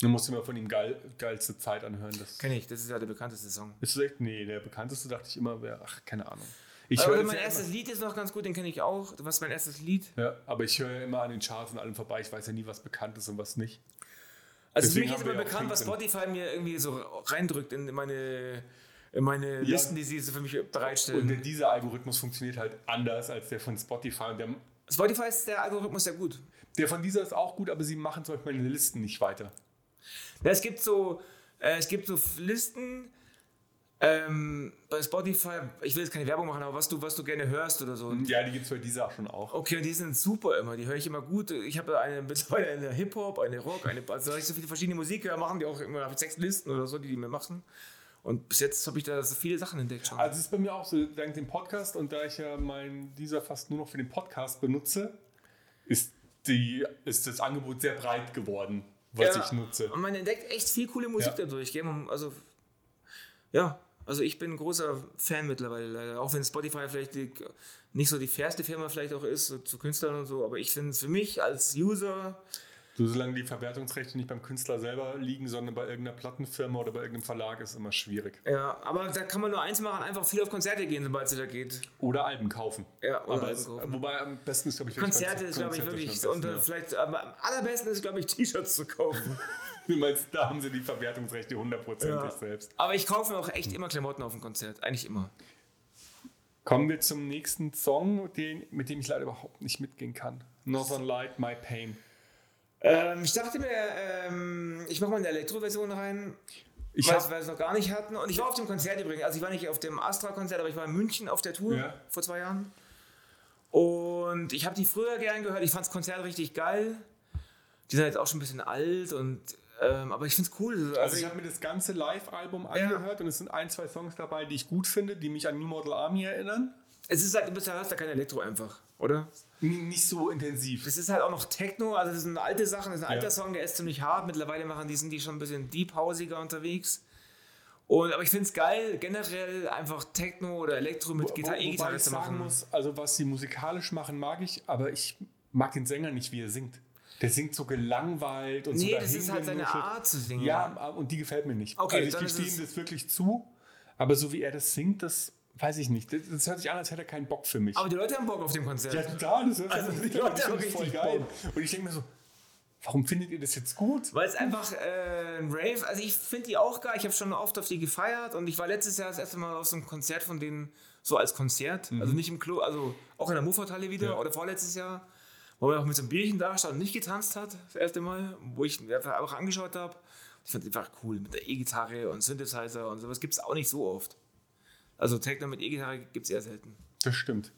Du musst immer von ihm geil, geilste Zeit anhören. Das
Kenn ich, das ist ja der bekannteste Song.
ist das echt, nee, der bekannteste dachte ich immer, wäre, ach, keine Ahnung. Ich
Aber
höre
mein
das ja,
erstes Lied ist noch ganz gut, den kenne ich auch. Was ist mein erstes Lied?
immer- ja, aber ich höre ja immer an den Charts und allem vorbei. Ich weiß ja nie, was bekannt ist und was nicht.
Also für
Deswegen
mich ist
haben wir
immer
ja auch
bekannt, was
Pink
Spotify mir irgendwie so reindrückt in meine, in meine Listen, die sie so für mich
Und
bereitstellen.
denn dieser Algorithmus funktioniert halt anders als der von Spotify. Und der,
Spotify ist der Algorithmus sehr gut.
der von dieser ist auch gut, aber sie machen zum Beispiel meine Listen nicht weiter.
Ja, es gibt so, äh, es gibt so Listen ähm, bei Spotify. Ich will jetzt keine Werbung machen, aber was du, was du gerne hörst oder so.
Ja, die gibt es bei dieser schon auch.
Okay, und die sind super immer. Die höre ich immer gut. Ich habe eine mittlerweile eine Hip Hop, eine Rock, eine also weil ich so viele verschiedene Musik höre, machen die auch immer habe ich sechs Listen oder so, die die mir machen. Und bis jetzt habe ich da so viele Sachen entdeckt schon.
Also es ist bei mir auch so, dank dem Podcast und da ich ja mein dieser fast nur noch für den Podcast benutze, ist, die, ist das Angebot sehr breit geworden, was
Ja,
ich nutze.
Und man entdeckt echt viel coole Musik
Ja.
dadurch. Gell? Man- Also, ja, also ich bin ein großer Fan mittlerweile leider. Auch wenn Spotify vielleicht die, nicht so die fairste Firma vielleicht auch ist, so zu Künstlern und so. Aber ich finde es für mich als User,
So, solange die Verwertungsrechte nicht beim Künstler selber liegen, sondern bei irgendeiner Plattenfirma oder bei irgendeinem Verlag, ist immer schwierig.
ja, aber da kann man nur eins machen, einfach viel auf Konzerte gehen, sobald es wieder geht.
Oder Alben kaufen.
Ja, oder
Aber
Alben
es,
kaufen.
Wobei am besten ist, glaube ich, wirklich
Konzerte
Konzer-
ist, glaube ich,
Konzerte
wirklich,
schon am
und
besten,
dann vielleicht, aber am allerbesten ist, glaube ich, T-Shirts zu kaufen.
ja. Du meinst, da haben sie die Verwertungsrechte hundertprozentig
Ja.
selbst.
aber ich kaufe mir auch echt immer Klamotten auf dem Konzert, eigentlich immer.
Kommen wir zum nächsten Song, den, mit dem ich leider überhaupt nicht mitgehen kann. Northern Light, My Pain.
Ähm, ich dachte mir, ähm, ich mache mal eine Elektro-Version rein.
Ich
Ich weiß,
hab-
weil wir es noch gar nicht hatten. Und ich war auf dem Konzert übrigens. Also ich war nicht auf dem Astra-Konzert, aber ich war in München auf der Tour
Ja.
vor zwei Jahren. Und ich habe die früher gern gehört. Ich fand das Konzert richtig geil. Die sind jetzt auch schon ein bisschen alt und ähm, aber ich finde es cool. Also,
Also ich habe mir das ganze Live-Album angehört und es sind ein, zwei Songs dabei, die ich gut finde, die mich an New Model Army erinnern.
es ist halt, du bist- hast da kein Elektro einfach, oder?
N- Nicht so intensiv.
Das ist halt auch noch Techno, also das sind alte Sachen, das ist ein
Ja.
alter Song, der ist ziemlich hart. Mittlerweile machen die, sind die schon ein bisschen deep-hausiger unterwegs. Und, aber ich finde es geil, generell einfach Techno oder Elektro mit
Wo-
Gitarre,
wobei
E-Gitarre
ich
zu
sagen
machen.
muss, also was sie musikalisch machen, mag ich, aber ich mag den Sänger nicht, wie er singt. Der singt so gelangweilt und so
nee, das ist
dahin
halt seine
genuschelt.
Art zu singen.
Ja, ah, und die gefällt mir nicht.
Okay,
also
dann
ich
ist
gestehe ihm
es-
das wirklich zu, aber so wie er das singt, das weiß ich nicht. Das, das hört sich an, als hätte er keinen Bock für mich.
Aber die Leute haben Bock auf dem Konzert.
ja, total, das hört sich
Also
an,
die
als hätte er
Leute haben
bestimmt voll
richtig
geil.
Bock.
Und ich denke mir so, Warum findet ihr das jetzt gut?
Weil es einfach äh, ein Rave, also ich finde die auch geil. Ich habe schon oft auf die gefeiert und ich war letztes Jahr das erste Mal auf so einem Konzert von denen, so als Konzert. Also nicht im Klo, also auch in der Mufertalle wieder
Mhm. Ja.
oder vorletztes Jahr, wo er auch mit so einem Bierchen da stand und nicht getanzt hat, das erste Mal, wo ich ihn einfach auch angeschaut habe. Ich fand einfach cool mit der E-Gitarre und Synthesizer und sowas gibt es auch nicht so oft. Also Techno mit E-Gitarre gibt es eher selten.
Das stimmt.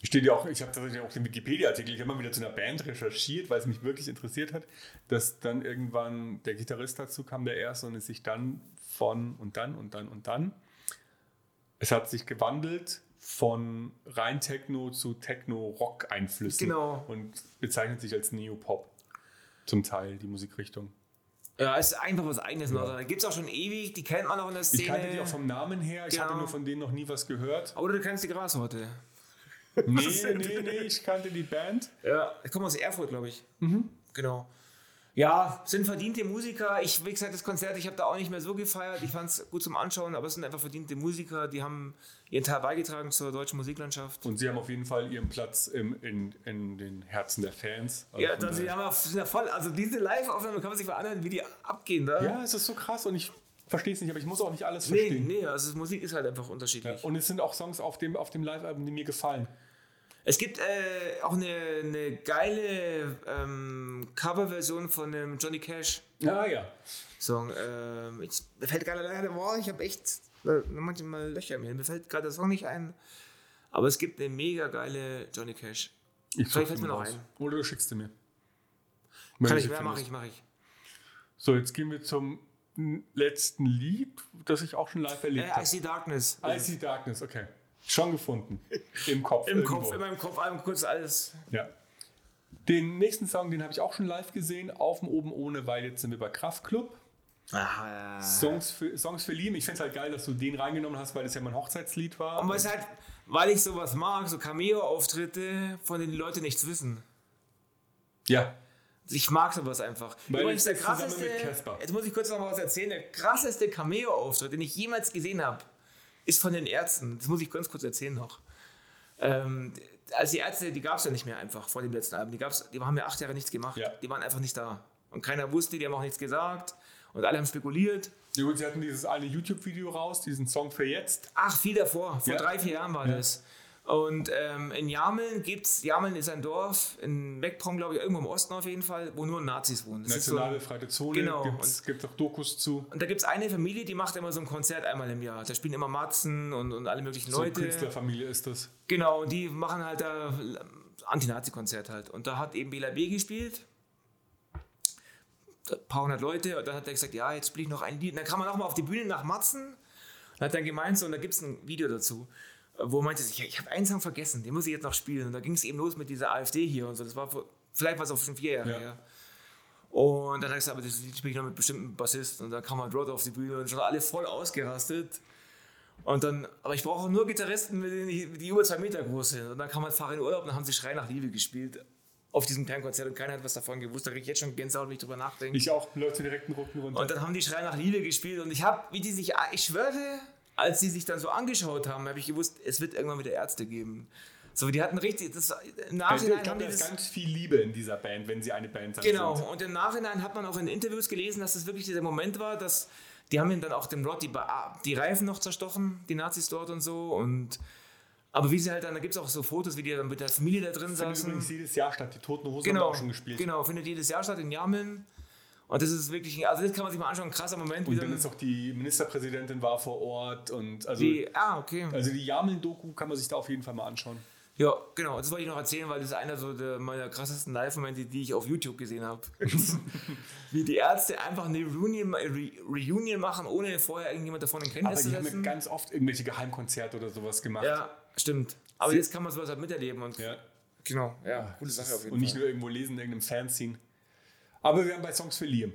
Steht ja auch, ich habe tatsächlich auch den Wikipedia-Artikel, ich habe mal wieder zu einer Band recherchiert, weil es mich wirklich interessiert hat, dass dann irgendwann der Gitarrist dazu kam, der erste, und es sich dann von und dann und dann und dann. Es hat sich gewandelt von rein Techno zu Techno-Rock-Einflüssen.
Genau.
Und bezeichnet sich als Neopop. Zum Teil die Musikrichtung.
Ja, es ist einfach was eigenes. noch. Da gibt es auch schon ewig, die kennt man auch in der Szene.
Ich kannte die auch vom Namen her, ich hatte
Genau.
nur von denen noch nie was gehört.
Oder du kennst die Grashorte.
Nee, nee, nee, ich kannte die Band.
Ja. Ich komme aus Erfurt, glaube ich.
Mhm.
Genau. Ja, sind verdiente Musiker. Ich, wie gesagt, das Konzert, ich habe da auch nicht mehr so gefeiert. Ich fand es gut zum Anschauen, aber es sind einfach verdiente Musiker, die haben ihren Teil beigetragen zur deutschen Musiklandschaft.
Und sie haben auf jeden Fall ihren Platz im, in, in den Herzen der Fans. Also
ja,
von
das, die
daher-
haben auch, sind ja voll. Also diese Live-Aufnahme kann man sich mal anhören, wie die abgehen da.
ja, es ist so krass und ich verstehe es nicht, aber ich muss auch nicht alles
nee,
verstehen.
nee, also Musik ist halt einfach unterschiedlich.
Und es sind auch Songs auf dem, auf dem Live-Album, die mir gefallen.
Es gibt äh, auch eine, eine geile ähm, Coverversion von einem Johnny Cash.
Ah ja.
Song. Ähm, ich, mir fällt gerade leider, boah, ich habe echt äh, manchmal Löcher im Hirn. Mir fällt gerade der Song nicht ein. Aber es gibt eine mega geile Johnny Cash.
Ich
Vielleicht
such's
fällt mir noch
raus.
ein.
Oder du schickst sie mir.
Kann
Wenn
ich,
sie
ja, mache
findest.
ich, mache ich.
So, jetzt gehen wir zum letzten Lied, das ich auch schon live erlebt
Äh, I
habe.
See Darkness.
Icy Darkness, okay. Schon gefunden. Im Kopf.
Im
irgendwo.
Kopf, in meinem Kopf, einmal kurz alles.
Ja. Den nächsten Song, den habe ich auch schon live gesehen, auf dem Oben ohne, weil jetzt sind wir bei Kraftclub.
Ah,
Songs für, Songs für Lieben. Ich finde es halt geil, dass du den reingenommen hast, weil das ja mein Hochzeitslied war.
Aber es ist halt, weil ich sowas mag, so Cameo-Auftritte, von denen die Leute nichts wissen.
ja.
Ich mag sowas einfach.
Weil
Übrigens,
es
der
ist zusammen
krasseste,
mit Casper.
jetzt muss ich kurz noch mal was erzählen, der krasseste Cameo-Auftritt, den ich jemals gesehen habe, ist von den Ärzten. Das muss ich ganz kurz erzählen noch. Ähm, also die Ärzte, die gab es ja nicht mehr einfach vor dem letzten Album. Die, gab's, die haben ja acht Jahre nichts gemacht.
Ja.
Die waren einfach nicht da. Und keiner wusste, die haben auch nichts gesagt. Und alle haben spekuliert.
ja gut, sie hatten dieses eine YouTube-Video raus, diesen Song für jetzt.
Ach, viel davor. Vor
Ja.
drei, vier Jahren war das. Und ähm, in Jameln gibt's, Jameln ist ein Dorf, in Meckprom, glaube ich, irgendwo im Osten auf jeden Fall, wo nur Nazis wohnen. Das ist so-
Nationale Freie Zone.
Genau.
Gibt's, gibt auch Dokus zu.
Und da gibt es eine Familie, die macht immer so ein Konzert einmal im Jahr. Da spielen immer Matzen und, und alle möglichen
So eine
Leute.
Künstlerfamilie ist das.
Genau, und die machen halt da Anti-Nazi-Konzert halt. Und da hat eben Bela B gespielt. Ein paar hundert Leute. Und dann hat er gesagt, ja, jetzt spiele ich noch ein Lied. Und dann kam er nochmal auf die Bühne nach Matzen. Und hat dann gemeint, so, und da gibt es ein Video dazu, wo er meinte, ich, ich habe einen Song vergessen, den muss ich jetzt noch spielen. Und da ging es eben los mit dieser AfD hier und so. Das war vor, vielleicht war es auch schon vier Jahre
Ja.
her. Und dann hat er gesagt, aber das Lied spiele ich noch mit bestimmten Bassisten. Und dann kam halt Rod auf die Bühne und schon alle voll ausgerastet. Und dann, aber ich brauche nur Gitarristen, mit denen ich, die über zwei Meter groß sind. Und dann kam man fahren in Urlaub und dann haben sie Schrei nach Liebe gespielt auf diesem kleinen Konzert und keiner hat was davon gewusst. Da kriege ich jetzt schon Gänsehaut, wenn ich drüber nachdenke.
Ich auch, Leute direkt den Rücken runter.
und dann haben die Schrei nach Liebe gespielt und ich habe, wie die sich, ich schwöre, als sie sich dann so angeschaut haben, habe ich gewusst, es wird irgendwann wieder Ärzte geben. So, die hatten richtig, das, im
Also ich
Nachhinein haben
glaube,
die
da ist
das,
ganz viel Liebe in dieser Band, wenn sie eine Band sein
Genau,
sind.
und im Nachhinein hat man auch in Interviews gelesen, dass das wirklich dieser Moment war, dass die haben ihm dann auch dem Rod die, Ba- die Reifen noch zerstochen, die Nazis dort und so. Und aber wie sie halt dann, da gibt es auch so Fotos, wie die dann mit der Familie da drin
Findet
saßen.
übrigens jedes Jahr statt. Die Toten Hosen haben da
Genau,
auch schon gespielt.
genau, findet jedes Jahr statt in Jameln. Und das ist wirklich, ein- also das kann man sich mal anschauen, ein krasser Moment. wie
Und dann
dann
ist auch die Ministerpräsidentin war vor Ort. Und also die,
die, ah, okay.
also die Jameln-Doku kann man sich da auf jeden Fall mal anschauen.
Ja, genau, das wollte ich noch erzählen, weil das ist einer so der, meiner krassesten Live-Momente, die ich auf YouTube gesehen habe. wie die Ärzte einfach eine Reunion, äh, Re Reunion machen, ohne vorher irgendjemand davon in
Aber
Kenntnis zu
die haben ja
setzen.
ganz oft irgendwelche Geheimkonzerte oder sowas gemacht.
Ja, stimmt. Aber jetzt kann man sowas halt miterleben und
Ja. Ah,
genau, ja, gute
Das ist- Und nicht nur irgendwo lesen in irgendeinem Fanzine. Aber wir haben bei Songs für Liam,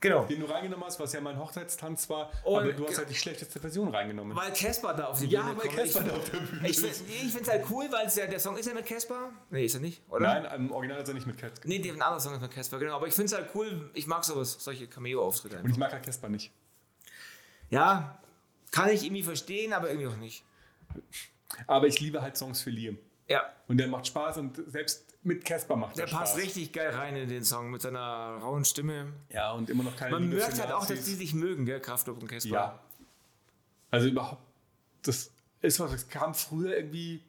Genau.
den du reingenommen hast, was ja mein Hochzeitstanz war,
Und-
aber du hast halt die schlechteste Version reingenommen.
Weil Casper da auf die Bühne kommt.
da auf der Bühne
ich, ich, find- ich finde es halt cool, weil es ja, der Song ist ja mit Casper. Nee, ist er nicht, oder?
Nein, im Original ist er nicht mit Casper.
Nee, der ein anderer Song ist mit Casper, genau. Aber ich finde es halt cool, ich mag sowas, solche Cameo-Auftritte.
Und
einfach.
ich mag ja Casper nicht.
Ja, kann ich irgendwie verstehen, aber irgendwie auch nicht.
Aber ich liebe halt Songs für Liam.
Ja,
Und der macht Spaß und selbst mit Casper macht
der
er Spaß.
passt richtig geil rein in den Song mit seiner rauen Stimme.
Ja, und immer noch keine
Man
Liebe
merkt
für
halt auch, dass
Nazis.
die sich mögen, gell, Kraftwerk und Casper.
Ja. Also überhaupt, das ist was, das kam früher irgendwie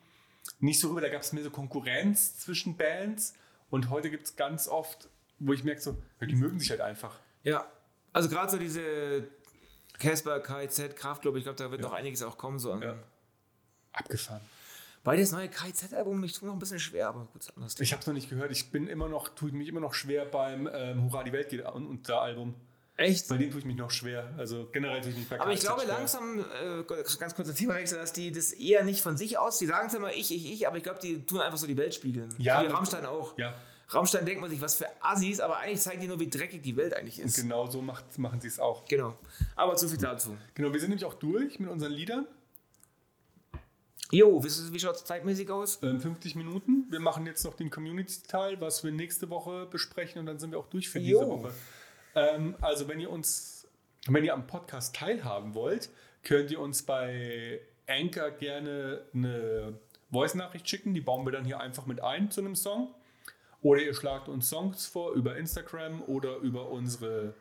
nicht so rüber, da gab es mehr so Konkurrenz zwischen Bands und heute gibt es ganz oft, wo ich merke so, ja, die mögen sich halt einfach.
Ja, also gerade so diese Casper, KZ, Kraftclub, ich glaube, da wird noch einiges auch kommen. So an.
Ja. Abgefahren.
Weil das neue KZ-Album, ich tue noch ein bisschen schwer, aber gut, ist ein anderes. Thema.
Ich habe es noch nicht gehört, ich bin immer noch, tue ich mich immer noch schwer beim ähm, Hurra, die Welt geht und, und da Album.
Echt?
Bei dem tue ich mich noch schwer, also generell tue ich mich bei
Aber ich
KZ
glaube
schwer.
langsam, äh, ganz kurz das Themawechsel, dass die das eher nicht von sich aus, die sagen es immer ich, ich, ich, aber ich glaube, die tun einfach so die Welt spiegeln.
Ja.
Wie Rammstein auch.
Ja,
Rammstein denkt man sich, was für Assis, aber eigentlich zeigen die nur, wie dreckig die Welt eigentlich ist.
genau so macht, machen sie es auch.
Genau. Aber zu viel dazu.
Genau, wir sind nämlich auch durch mit unseren Liedern.
Jo, wisst ihr, wie schaut es zeitmäßig aus?
Ähm, 50 Minuten. Wir machen jetzt noch den Community-Teil, was wir nächste Woche besprechen und dann sind wir auch durch für
Jo.
diese Woche. Ähm, also wenn ihr uns, wenn ihr am Podcast teilhaben wollt, könnt ihr uns bei Anchor gerne eine Voice-Nachricht schicken. Die bauen wir dann hier einfach mit ein zu einem Song. Oder ihr schlagt uns Songs vor über Instagram oder über unsere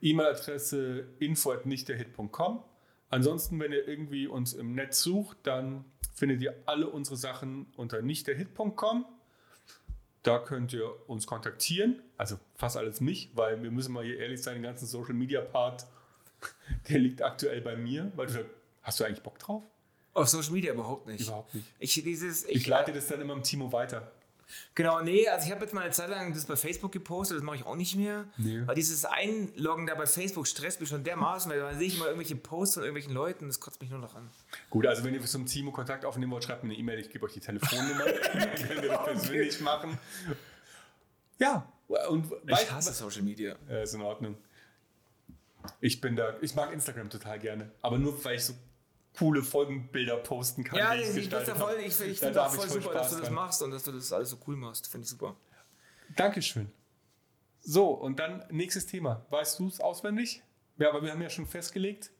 E-Mail-Adresse info@nichtderhit.com. Ansonsten, wenn ihr irgendwie uns im Netz sucht, dann findet ihr alle unsere Sachen unter nichtderhit.com. Da könnt ihr uns kontaktieren. Also fast alles mich, weil wir müssen mal hier ehrlich sein, den ganzen Social Media Part, der liegt aktuell bei mir. Weil du, hast du eigentlich Bock drauf?
Auf Social Media überhaupt nicht.
Überhaupt nicht.
Ich dieses,
Ich leite das dann immer im Timo weiter.
Genau, nee, also ich habe jetzt mal eine Zeit lang das bei Facebook gepostet, das mache ich auch nicht mehr.
Nee.
Weil dieses Einloggen da bei Facebook stresst mich schon dermaßen, weil da sehe ich mal irgendwelche Posts von irgendwelchen Leuten, das kotzt mich nur noch an.
Gut, also wenn ihr zum Timo Kontakt aufnehmen wollt, schreibt mir eine E-Mail, ich gebe euch die Telefonnummer. Könnt ihr das persönlich machen. Ja, und weißt-
Social Media.
Ja, Äh, ist in Ordnung. Ich bin da, ich mag Instagram total gerne, aber nur weil ich so coole Folgenbilder posten kann.
Ja,
die
ich, ich, bin da
gestaltet
voll,
habe.
ich, ich
Da
finde das
darf ich
voll
voll
super,
Spaß
dass du das
dran.
machst und dass du das alles so cool machst. Finde ich super.
Dankeschön. So, und dann nächstes Thema. Weißt du es auswendig? Ja, aber wir haben ja schon festgelegt.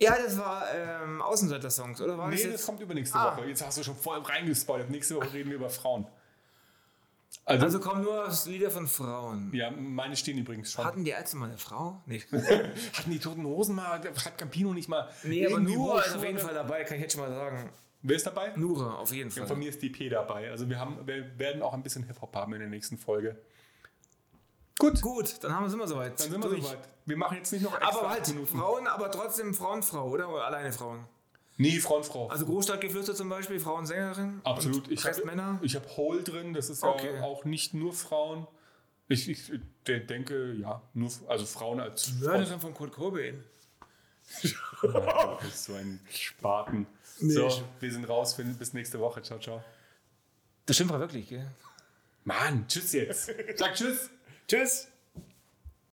Ja, das war ähm, Außenseiter-Songs, oder war
Nee,
das
das,
jetzt?
kommt übernächste
Ah.
Woche. Jetzt hast du schon voll reingespoilert. Nächste Woche reden wir über Frauen. Also,
Also kommen nur Lieder von Frauen.
ja, meine stehen übrigens schon.
Hatten die Ärzte mal eine Frau? Nee.
Hatten die toten Hosen mal, hat Campino nicht mal.
Nee, aber
irgendwie
Nura ist auf
Hochschuhe?
jeden Fall dabei, kann ich jetzt schon mal sagen.
Wer ist dabei?
Nura, auf jeden Fall.
Von mir ist die P dabei. Also wir, haben, wir werden auch ein bisschen Hip-Hop haben in der nächsten Folge. Gut,
Gut, dann haben wir es immer soweit.
dann sind wir
Durch.
soweit. Wir machen jetzt nicht noch extra
Aber halt,
acht Minuten.
Frauen, aber trotzdem Frauenfrau, oder? oder? Alleine Frauen.
Nee, Frau und Frau.
Also Großstadtgeflüster zum Beispiel, Frauensängerin.
Absolut.
Und
Ich
Rest Männer.
habe hab Hole drin, das ist
Okay.
ja auch nicht nur Frauen. Ich, ich de- denke, ja, nur also Frauen als Frauen.
von Kurt Cobain.
Das ist so ein Spaten. So, wir sind raus. Wir- Bis nächste Woche. Ciao, ciao.
Das stimmt war wirklich, gell?
Mann, tschüss jetzt. Sag tschüss.
Tschüss.